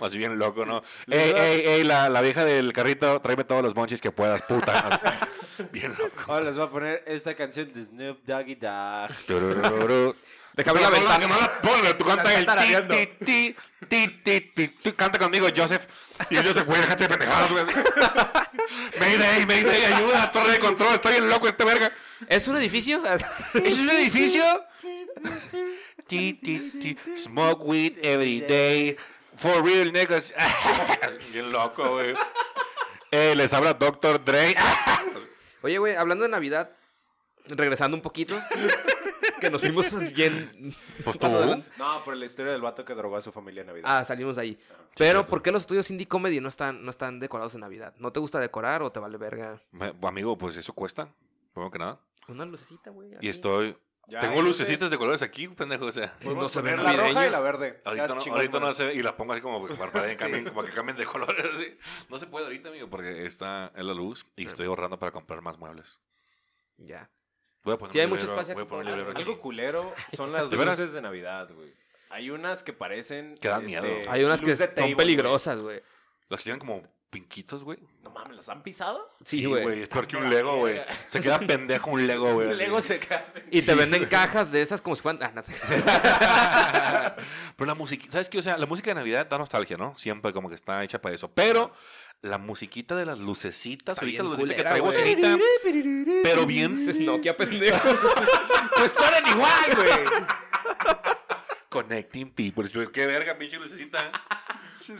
Así bien loco, ¿no? Ey, ey, ey, la, la vieja del carrito, tráeme todos los monchis que puedas, puta. Bien loco. Ahora les voy a poner esta canción de Snoop Doggy Dogg. Turururu. Déjame la No, no, ventana. que no la pongas, tú canta La el está tarareando. ti, ti, ti, ti, ti, ti, ti. Canta conmigo, Joseph. Y el Joseph, güey, déjate de pendejadas, güey. Mayday, Mayday, ayuda, torre de control, estoy bien loco este verga. ¿Es un edificio? ¿Eso es un edificio? Ti, ti, ti. Smoke weed every day. For real niggas. Bien loco, güey. Eh, les habla Dr. Dre. Oye, güey, hablando de Navidad, regresando un poquito, que nos fuimos bien... Pues más adelante. No, por la historia del vato que drogó a su familia en Navidad. Ah, salimos de ahí. Pero, ¿por qué los estudios indie comedy no están, no están decorados en Navidad? ¿No te gusta decorar o te vale verga? Amigo, pues eso cuesta. Primero que nada. Una lucecita, güey. Y aquí. estoy. Ya, Tengo entonces, lucecitas de colores aquí, pendejo. O sea. podemos No se ve poner la roja navideño. y la verde. Ahorita Ya, no, chingas, ahorita madre. pues. no se ve. Y las pongo así como que parpadeen, cambien, como que cambien de colores. así. No se puede ahorita, amigo, porque está en la luz y estoy ahorrando para comprar más muebles. Ya. Voy a poner Sí, un hay mucho librero- espacio Voy a aquí poner un por- librero aquí. Algo culero son las ¿De veras? luces de Navidad, güey. Hay unas que parecen... este, Que dan miedo. Hay unas que luz de son table, güey. peligrosas, güey. Las que tienen como pinquitos, güey. No mames, ¿las han pisado? Sí, güey. Es peor que un Lego, güey. Se queda pendejo un Lego, güey. El Lego se cae. Y te venden cajas de esas como si fueran... Ah, no. Pero la música, ¿sabes qué? O sea, la música de Navidad da nostalgia, ¿no? Siempre como que está hecha para eso. Pero la musiquita de las lucecitas, Está ahorita bien la lucecita que culera, güey. traigo ahorita, pero bien, Dices Nokia, pendejo. pues suenan igual, güey. Connecting people. Yo, Qué verga, pinche lucecita.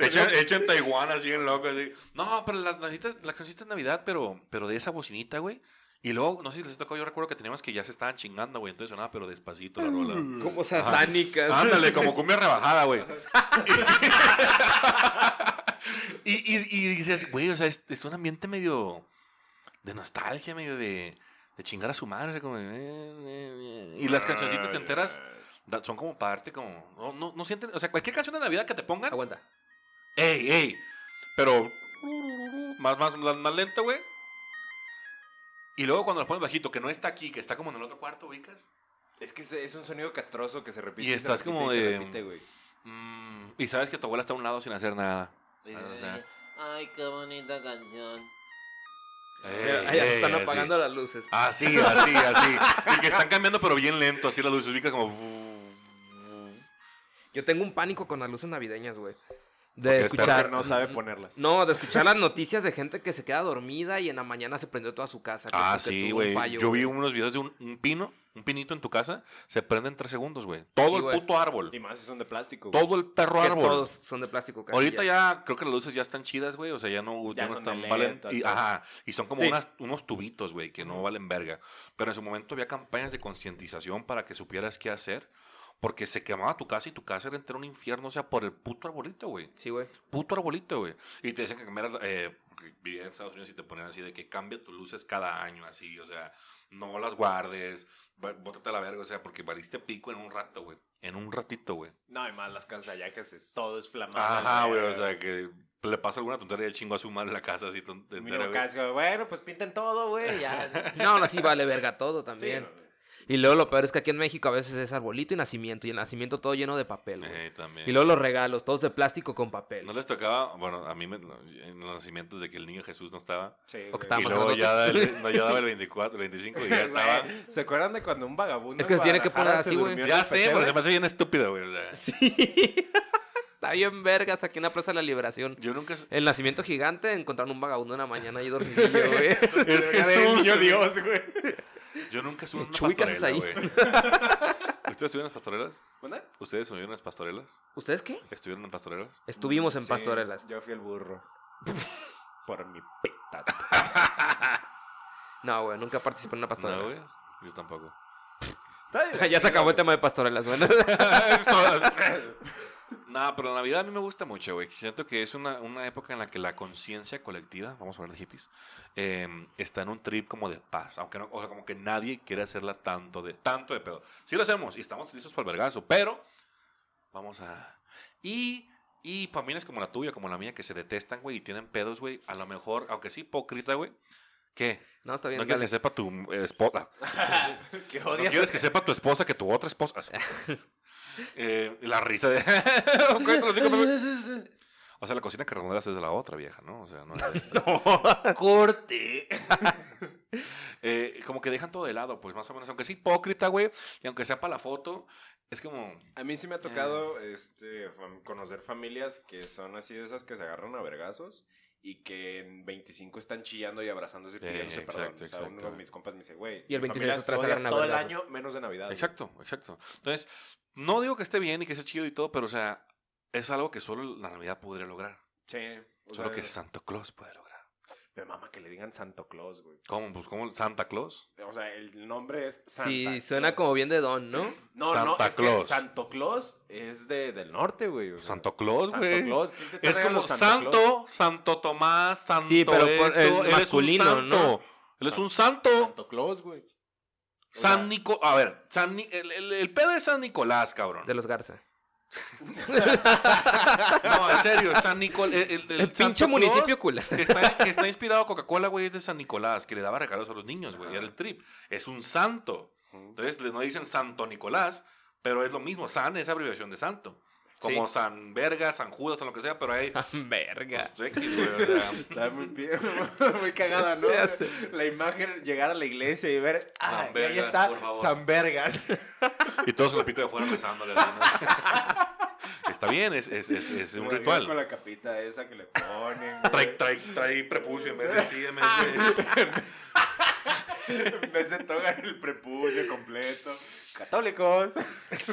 Hecha, hecha en Taiwán, así en loco, así. No, pero las lucecitas las lucecitas de Navidad, pero, pero de esa bocinita, güey. Y luego, no sé si les tocó, yo recuerdo que teníamos que ya se estaban chingando, güey. Entonces sonaba, pero despacito la rola. Como satánicas. Ándale, como cumbia rebajada, güey. y, y, y dices, güey, o sea, es, es un ambiente medio de nostalgia, medio de, de chingar a su madre. o sea, como, eh, eh, eh. Y las cancioncitas enteras da- son como parte, como. No, no, no sienten. O sea, cualquier canción de Navidad que te pongan. Aguanta. ¡Ey, ey! Pero. Más, más, más, más lento, güey. Y luego cuando lo pones bajito, que no está aquí, que está como en el otro cuarto, ubicas. Es que se- es un sonido castroso que se repite. Y se estás repite como y se de- repite, güey. Mm, y sabes que tu abuela está a un lado sin hacer nada. O sea, Ay, qué bonita canción. ey, Ahí ey, están así. Ah. apagando las luces. Así, así, así. Y que están cambiando, pero bien lento. Así la luz se ubica como. Yo tengo un pánico con las luces navideñas, güey. Porque De es escuchar. no sabe ponerlas. No, de escuchar las noticias de gente que se queda dormida y en la mañana se prendió toda su casa. que Ah, porque tuvo sí, un güey. fallo, Yo vi güey. unos videos de un, un pino, un pinito en tu casa. Se prende en tres segundos, güey. Todo el güey. puto árbol. Y más si son de plástico. güey. Todo el perro que árbol. todos son de plástico. casi Ahorita ya creo que las luces ya están chidas, güey. O sea, ya no, Ya ya no son están de valen. LED, Y, todo. ajá. Y son como Sí. unas- unos tubitos, güey, que no valen verga. Pero en su momento había campañas de concientización para que supieras qué hacer. Porque se quemaba tu casa y tu casa era entera un infierno, o sea, por el puto arbolito, güey. Sí, güey. Puto arbolito, güey. Y te dicen que cambiaras eh, que vivía en Estados Unidos y te ponían así de que cambia tus luces cada año, así, o sea, no las guardes, va- bótate a la verga, o sea, porque valiste pico en un rato, güey. En un ratito, güey. No, y más las casas allá que se, todo es flamable. Ajá, güey, o verga. sea, que le pasa alguna tontería el chingo a su madre en la casa, así, ton- Y entera, luego güey. Casio, bueno, pues pinten todo, güey, ya. No, aún así vale verga todo también. Sí, güey. y luego lo peor es que aquí en México a veces es arbolito y nacimiento. Y el nacimiento todo lleno de papel, güey. Eh, también. Y luego los regalos, todos de plástico con papel. No les tocaba, bueno, a mí me- en los nacimientos de que el niño Jesús no estaba. Sí, O güey. que estaba y más luego ya, grandote. daba el- no, ya daba el 24, el 25 y ya Güey, estaba. ¿Se acuerdan de cuando un vagabundo? Es que en se tiene que poner Guadalajara se así, güey. durmió en Ya el sé, pero se pesebre? me hace bien estúpido, güey. O sea, Sí. Está bien vergas aquí en la Plaza de la Liberación. yo nunca. El nacimiento gigante, encontraron un vagabundo una mañana ahí dormidillo, güey. Es Era del Jesús. niño güey. Dios, güey. Yo nunca subí una Chuy, ¿qué haces pastorela, ahí? güey. ¿Ustedes estuvieron en las pastorelas? ¿Manda? ¿Ustedes estuvieron en las pastorelas? ¿Ustedes qué? ¿Estuvieron en pastorelas? Estuvimos en Sí, pastorelas. Yo fui el burro. Por mi pita. No, güey, nunca participé en una No, pastorela. güey. Yo tampoco. Está divertido, ya se acabó el güey. tema de pastorelas, güey. Es todo. Nah, pero la Navidad a mí me gusta mucho, güey. Siento que es una, una época en la que la conciencia colectiva, vamos a hablar de hippies, eh, está en un trip como de paz. Aunque no, o sea, como que nadie quiere hacerla tanto de, tanto de pedo. Sí lo hacemos y estamos listos para el vergazo, pero vamos a. Y. Y familias como la tuya, como la mía, que se detestan, güey, y tienen pedos, güey. A lo mejor, aunque sí hipócrita, güey. ¿Qué? No, está bien. No quieres dale. que sepa tu eh, esposa. que No odias. quieres que sepa tu esposa que tu otra esposa. Eh, la risa de. o sea, la cocina que redondeas es de la otra vieja, ¿no? O sea, no. es de esta. corte. Eh, como que dejan todo de lado, pues más o menos. Aunque sea hipócrita, güey. Y aunque sea para la foto, es como. A mí sí me ha tocado este, fam- conocer familias que son así de esas que se agarran a vergazos y que en 25 están chillando y abrazándose y Eh, pidiéndose perdón. exacto, o sea, uno de exacto. mis compas me dice, güey, Y el 26 mi familia otras se agarran odia a todo el vergazos. año menos de Navidad. güey. Exacto, exacto. Entonces, no digo que esté bien y que sea chido y todo, pero o sea, es algo que solo la Navidad podría lograr. Sí. o Solo sea, que Santo Claus puede lograr. Me mama que le digan Santo Claus, güey. ¿Cómo? Pues, ¿cómo? ¿Santa Claus? O sea, el nombre es Santa Sí, suena Claus. como bien de don, ¿no? No, no, Santa es que Claus. Santo Claus es de, del norte, güey. o sea, Santo Claus, Santo güey. Claus, ¿quién te trae Es como los Santa santo, Claus? santo Tomás, santo Sí, pero por- esto, el él es un masculino, santo, ¿no? Él es un santo. Santo Claus, güey. O sea, San Nico, a ver, San Ni- el, el- el pedo es San Nicolás, cabrón. De los Garza. No, en serio, San Nicolás, el, el- el El pinche Santo municipio Claus culero. que está, que está inspirado a Coca-Cola, güey, es de San Nicolás, que le daba regalos a los niños, güey, Ajá. era el trip. Es un santo. Entonces le- no dicen Santo Nicolás, pero es lo mismo, San es abreviación de santo. Como San Verga, San Judas, o lo que sea, pero hay... Verga. pues, X, güey, o sea, Está muy, bien, muy cagada, ¿no? Ya sé. La imagen, llegar a la iglesia y ver. Ah, San y ahí Vergas, está por favor. San Vergas. Y todos con el pito de afuera rezándole. así, ¿no? Está bien, es, es, es, es un Lo digo Con ritual. la capita esa que le ponen. güey. Trae, trae, trae prepucio en vez de así, en vez de- En vez de tocar el prepucio completo. Católicos.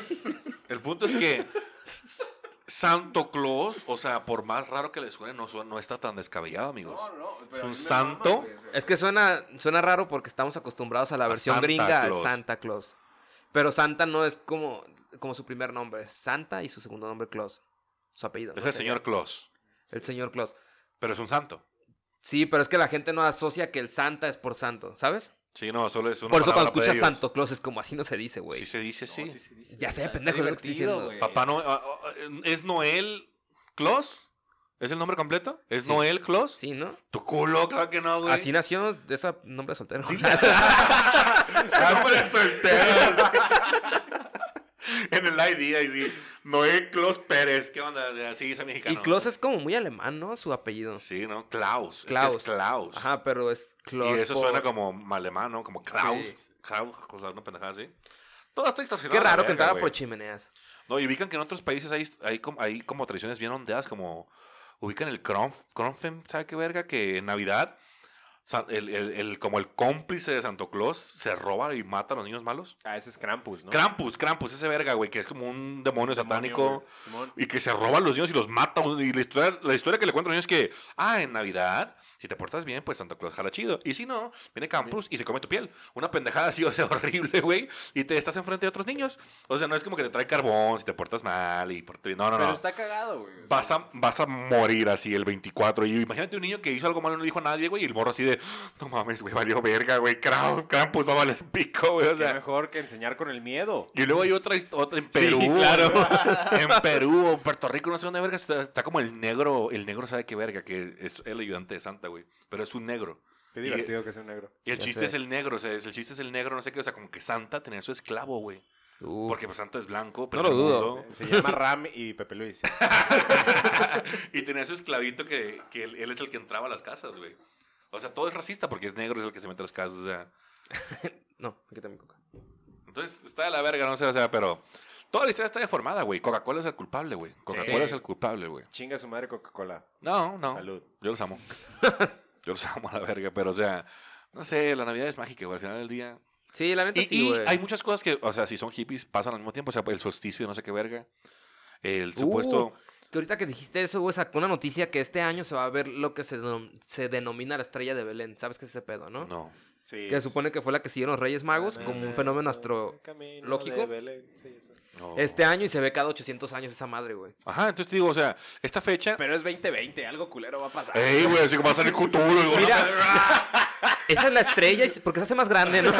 El punto es que Santo Claus, o sea, por más raro que le suene, no, suena- no está tan descabellado, amigos. No, no. pero Es a un mí me santo. güey, o sea, Es que suena, suena raro porque estamos acostumbrados a la versión Santa gringa Claus. Santa Claus. Pero Santa no es como, como su primer nombre. Es Santa y su segundo nombre Claus. Su apellido. Es ¿no? el señor Claus, El señor Claus. pero es un santo. Sí, pero es que la gente no asocia que el Santa es por santo, ¿sabes? Sí, no, solo es una por eso cuando palabra para escuchas ellos. Santo Claus es como así no se dice, güey. Sí se dice, no, sí. sí, sí, sí, Ya sé, está- pendejo, está es lo que estoy divertido, diciendo. güey. Papá no, ah, ah, ¿es Noel Claus? ¿Es el nombre completo? ¿Es Sí. Noel Claus? Sí, ¿no? Tu culo, claro que no, güey. Así nació de ese nombre de soltero. Hombre soltero. en el ID, ahí sí. Noé Klaus Pérez. ¿Qué onda? O sea, Sí, es y mexicano. Claus es como muy alemán, ¿no? Su apellido. Sí, ¿no? Klaus. Klaus. Klaus. Es Klaus. Ajá, pero es Claus. y eso por- suena como alemán, ¿no? Como Klaus. Sí. Klaus, o sea, una pendejada así. Todo está distorsionado. Qué a "Ah, la raro que verga, entrara güey. por chimeneas. No, y ubican que en otros países hay, hay, como, hay como tradiciones bien ondeadas, como ubican el Kronf, Kronfen, ¿sabe qué verga? Que en Navidad San- el- el- el- como el cómplice de Santo Claus se roba y mata a los niños malos. Ah, ese es Krampus, ¿no? Krampus, Krampus, ese verga, güey, que es como un demonio satánico. Demonio, güey. Simón. y que se roban los niños y los mata. Y la historia, la historia que le cuento a los niños es que, ah, en Navidad, si te portas bien, pues Santa Claus jala chido. Y si no, viene Campus y se come tu piel. Una pendejada así, o sea, horrible, güey. Y te estás enfrente de otros niños. O sea, no es como que te trae carbón si te portas mal y por No, no, Pero no. está cagado, güey. o sea, Vas a, vas a morir así el 24. Y imagínate un niño que hizo algo malo y no dijo a nadie, güey. Y el morro así de, no mames, güey, valió verga, güey. Kram- Krampus va a valer pico, güey. O qué sea, mejor que enseñar con el miedo. y luego hay otra, hist- otra en Sí, Perú. claro. güey. en Perú o en Puerto Rico, no sé dónde verga. Está, está como el negro, el negro sabe qué verga, que es el ayudante de Santa, güey. Pero es un negro. Qué divertido que sea un negro. Y el Ya chiste sé. es el negro, o sea, es- el chiste es el negro, no sé qué. O sea, como que Santa tenía su esclavo, güey. Uh, Porque pues, Santa es blanco, No en lo el dudo. mundo- Se llama Ram y Pepe Luis. y tenía su esclavito que, que él, él es el que entraba a las casas, güey. O sea, todo es racista porque es negro, es el que se mete a las casas, o sea. No, aquí también coca. Entonces, está de la verga, no sé, o sea, pero... Toda la historia está deformada, güey. Coca-Cola es el culpable, güey. Coca-Cola Sí. es el culpable, güey. Chinga su madre Coca-Cola. No, no. Salud. Yo los amo. Yo los amo a la verga, pero o sea, no sé, la Navidad es mágica, güey, al final del día. Sí, la neta Y, sí, y güey. hay muchas cosas que, o sea, si son hippies, pasan al mismo tiempo, o sea, el solsticio, no sé qué verga. El Uh, supuesto... Que ahorita que dijiste eso, güey, sacó una noticia que este año se va a ver lo que se, denom- se denomina la estrella de Belén. ¿Sabes qué es ese pedo, no? no. Sí. Que es- supone que fue la que siguieron los Reyes Magos como un fenómeno astro... Camino lógico. de Belén, sí, eso. no. Este año y se ve cada 800 años esa madre, güey. Ajá, entonces te digo, o sea, esta fecha... Pero es 2020, algo culero va a pasar. Ey, güey, así como va a salir Cthulhu, y digo, Mira. no, verga. Esa es la estrella y se- porque se hace más grande, ¿no?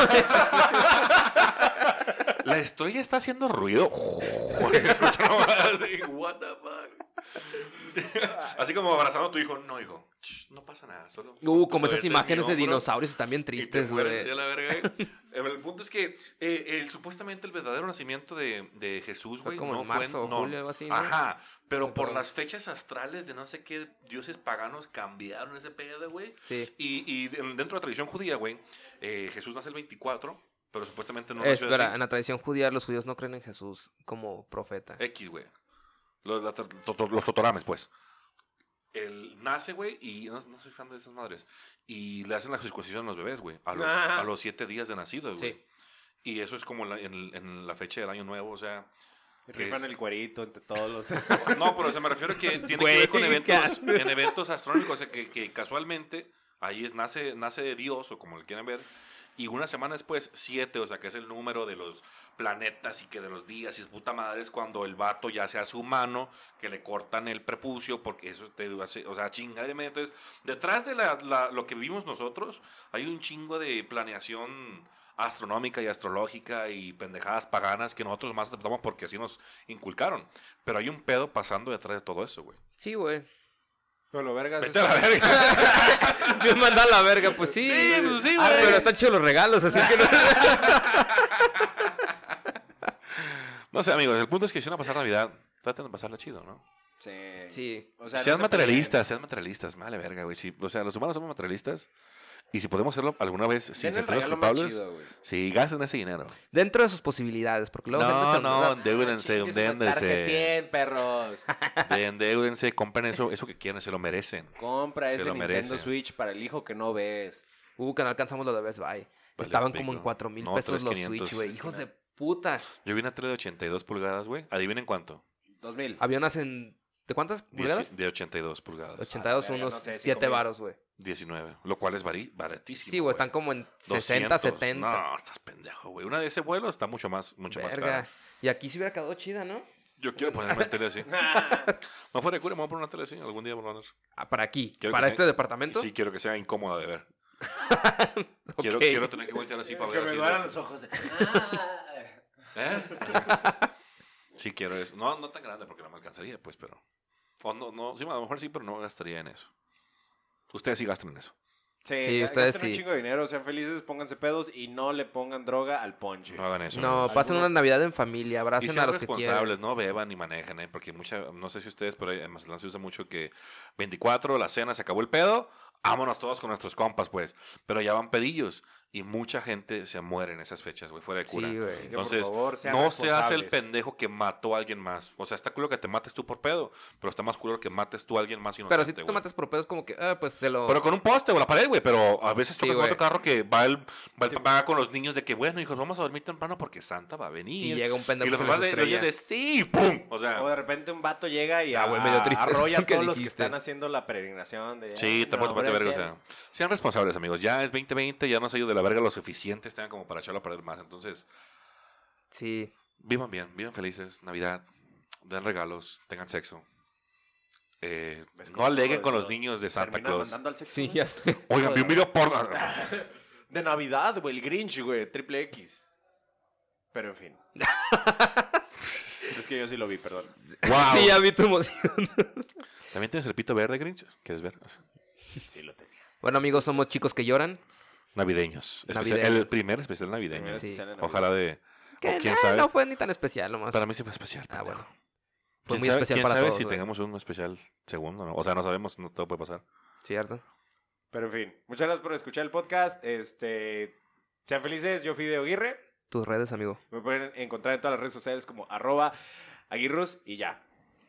La estrella está haciendo ruido. Escucho nomás así, what the fuck. Así como abrazando a tu hijo. No, hijo, shh, no pasa nada. Solo Uh, como Todo esas ese imágenes de mióforo. dinosaurios están bien Y te tristes, mueres güey. así a la verga, güey. El punto es que eh, el, supuestamente el verdadero nacimiento de, de Jesús, Fue güey, como no en marzo o no. julio, algo así, ¿no? Ajá, pero Me por acuerdo. las fechas astrales de no sé qué dioses paganos cambiaron ese pedo, güey. Sí. Y, y dentro de la tradición judía, güey, eh, Jesús nace el 24, pero supuestamente no nació Espera, así. en la tradición judía los judíos no creen en Jesús como profeta. X, güey. Los, la- to- to- los totorames, pues. El nace, güey, y no, no soy fan de esas madres. Y le hacen la circuncisión a los bebés, güey. A los, Ah. a los siete días de nacidos, güey. Sí. Y eso es como la- en, en la fecha del año nuevo, o sea. Y Rifan el cuerito entre todos los. No, pero se me refiero que tiene Güey, que ver con qué eventos, en eventos astronómicos, o sea, que, que casualmente ahí es, nace, nace de Dios, o como le quieran ver, y una semana después, siete, o sea, que es el número de los planetas y que de los días, y es puta madre, es cuando el vato ya se hace humano, que le cortan el prepucio, porque eso te hace, o sea, chingadera, entonces, detrás de la- la- lo que vivimos nosotros, hay un chingo de planeación astronómica y astrológica y pendejadas paganas que nosotros más aceptamos porque así nos inculcaron. Pero hay un pedo pasando detrás de todo eso, güey. Sí, güey. Pero lo vergas. Vete a la verga. Yo mandar la verga, pues sí. Sí, pues sí, Ah, güey. pero están chidos los regalos, así que no. No sé, amigos, el punto es que si van a pasar Navidad, traten de pasarla chido, ¿no? Sí. Sí. O sea, no se puede- sean materialistas, sean materialistas, male verga, güey. Si- o sea, los humanos somos materialistas y si podemos hacerlo alguna vez sin Den el sentirnos regalo más culpables, chido, güey. sí, gasten ese dinero. Dentro de sus posibilidades, porque luego gente No, se- no, Ah, endeúdense, chingue su madre, endeúdense. tarjetien, perros. Endeúdense, compren eso, eso que quieran, se lo merecen. Compra Se ese lo Nintendo merece. Switch para el hijo que no ves. Uh, que no alcanzamos lo de Best Buy. Vale, Estaban como en pico. 4 mil No, pesos los 3,500. Switch, güey. Hijos de puta. Yo vi una tele de 82 pulgadas, güey. Adivinen cuánto. 2000. Ah, Había unas en. ¿De cuántas pulgadas? Dieci- De 82 pulgadas. 82, A la verga, unos no sé, 7 5,000. varos, güey. 19. Lo cual es bari- baratísimo. Sí, güey, están como en 60, 200. 70. No, estás pendejo, güey. Una de ese vuelo está mucho más, mucho más Verga. cara. Y aquí se hubiera quedado chida, ¿no? Yo quiero ponerme una tele así. No fuera de cura, me voy a poner una tele así. Algún día, por lo menos. Ah, para aquí. Quiero para que este sea- departamento. Sí, quiero que sea incómoda de ver. Quiero, Ok. quiero tener que voltear Eh, así para ver. así de- ojos. ¿Eh? sí, quiero eso. No, no tan grande porque no me alcanzaría, pues, pero. O no, no, sí, a lo mejor sí, pero no gastaría en eso. Ustedes sí gastan en eso. Sí, Sí, ga- ustedes gasten un sí. chingo de dinero, sean felices, pónganse pedos y no le pongan droga al ponche. No hagan eso. No, amigos. pasen una Navidad en familia, Y abracen a sean los que quieran. responsables, no beban ni manejen, ¿eh? porque mucha, no sé si ustedes, pero en Mazatlán se usa mucho que 24, la cena, se acabó el pedo, vámonos todos con nuestros compas, pues. Pero ya van pedillos. Y mucha gente se muere en esas fechas, güey, fuera de cura. Sí, Así que, güey. por Entonces, favor, sean no seas el responsables. pendejo que mató a alguien más. O sea, está culo que te mates tú por pedo, pero está más culo que mates tú a alguien más inocente, Pero si tú te güey. matas por pedos, como que, ah, pues se lo. Pero con un poste o la pared, güey. Pero a veces Sí, toca güey. otro carro que va el, va el Sí. papá con los niños de que, bueno, hijos, vamos a dormir temprano porque Santa va a Y venir. Y, llega un pendejo. los y los papás de los niños estrella. de este sí, ¡pum! O sea, O de repente un vato llega y Ah, güey, a- me dio tristeza arrolla a lo que todos los que dijiste. están haciendo la peregrinación. De, sí, "Ay, tampoco no, te pases de verga. hombre, O sea, sean responsables, amigos. Ya es 2020, ya no se ha ido de la verga lo suficiente, están como para echarlo a perder más. Entonces, Sí. vivan bien, vivan felices. Navidad, den regalos, tengan sexo. Eh, ¿Ves no cómo aleguen todo con los esto niños de Santa terminas Claus. mandando al sexo, Sí, güey. ya sé. Oigan, vi un video porno. De Navidad, güey, el Grinch, güey, triple X. Pero en fin. es que yo sí lo vi, perdón. Wow. Sí, ya vi tu emoción. ¿También tienes el pito verde, Grinch? ¿Quieres ver? Sí lo tenía. Bueno, amigos, somos chicos que lloran. Navideños. Especial- El Navideños. primer especial navideño. Sí. Sale en Ojalá de. Que o quién no, sabe. no fue ni tan especial, nomás. Para mí sí fue especial. Ah, pendejo. bueno. Fue ¿Quién muy sabe- especial quién para sabe todos. si güey. tengamos un especial segundo? ¿no? O sea, no sabemos, no todo puede pasar. Cierto. Pero en fin, muchas gracias por escuchar el podcast. Este, sean felices, yo fui Deo Aguirre. Tus redes, amigo. Me pueden encontrar en todas las redes sociales como arroba aguirros y ya.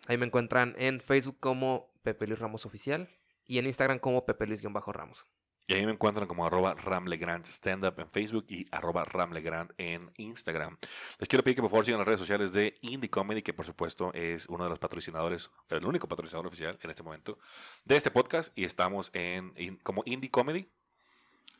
Ahí me encuentran en Facebook como Pepe Luis Ramos Oficial y en Instagram como Pepe Luis-Ramos. Y ahí me encuentran como arroba ramlegrand standup en Facebook y arroba ramlegrand en Instagram. Les quiero pedir que por favor sigan las redes sociales de Indie Comedy, que por supuesto es uno de los patrocinadores, el único patrocinador oficial en este momento de este podcast. Y estamos en, in- como Indie Comedy.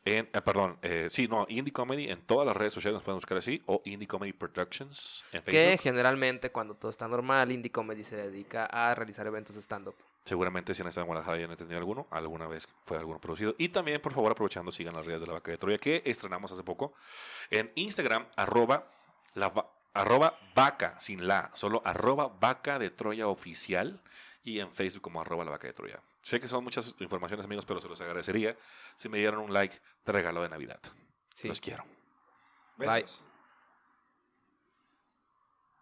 En, eh, perdón, eh, sí, no, Indie Comedy en todas las redes sociales nos pueden buscar así o Indie Comedy Productions en Que Facebook. generalmente cuando todo está normal, Indie Comedy se dedica a realizar eventos de stand-up. Seguramente si han estado en Guadalajara y han entendido alguno, alguna vez fue alguno producido. Y también, por favor, aprovechando, sigan las redes de la vaca de Troya que estrenamos hace poco en Instagram, arroba, la, va- arroba vaca, sin la, solo arroba vaca de Troya oficial y en Facebook como arroba la vaca de Troya. Sé que son muchas informaciones, amigos, pero se los agradecería si me dieran un like de regalo de Navidad. Sí. Los quiero. Bye. Besos.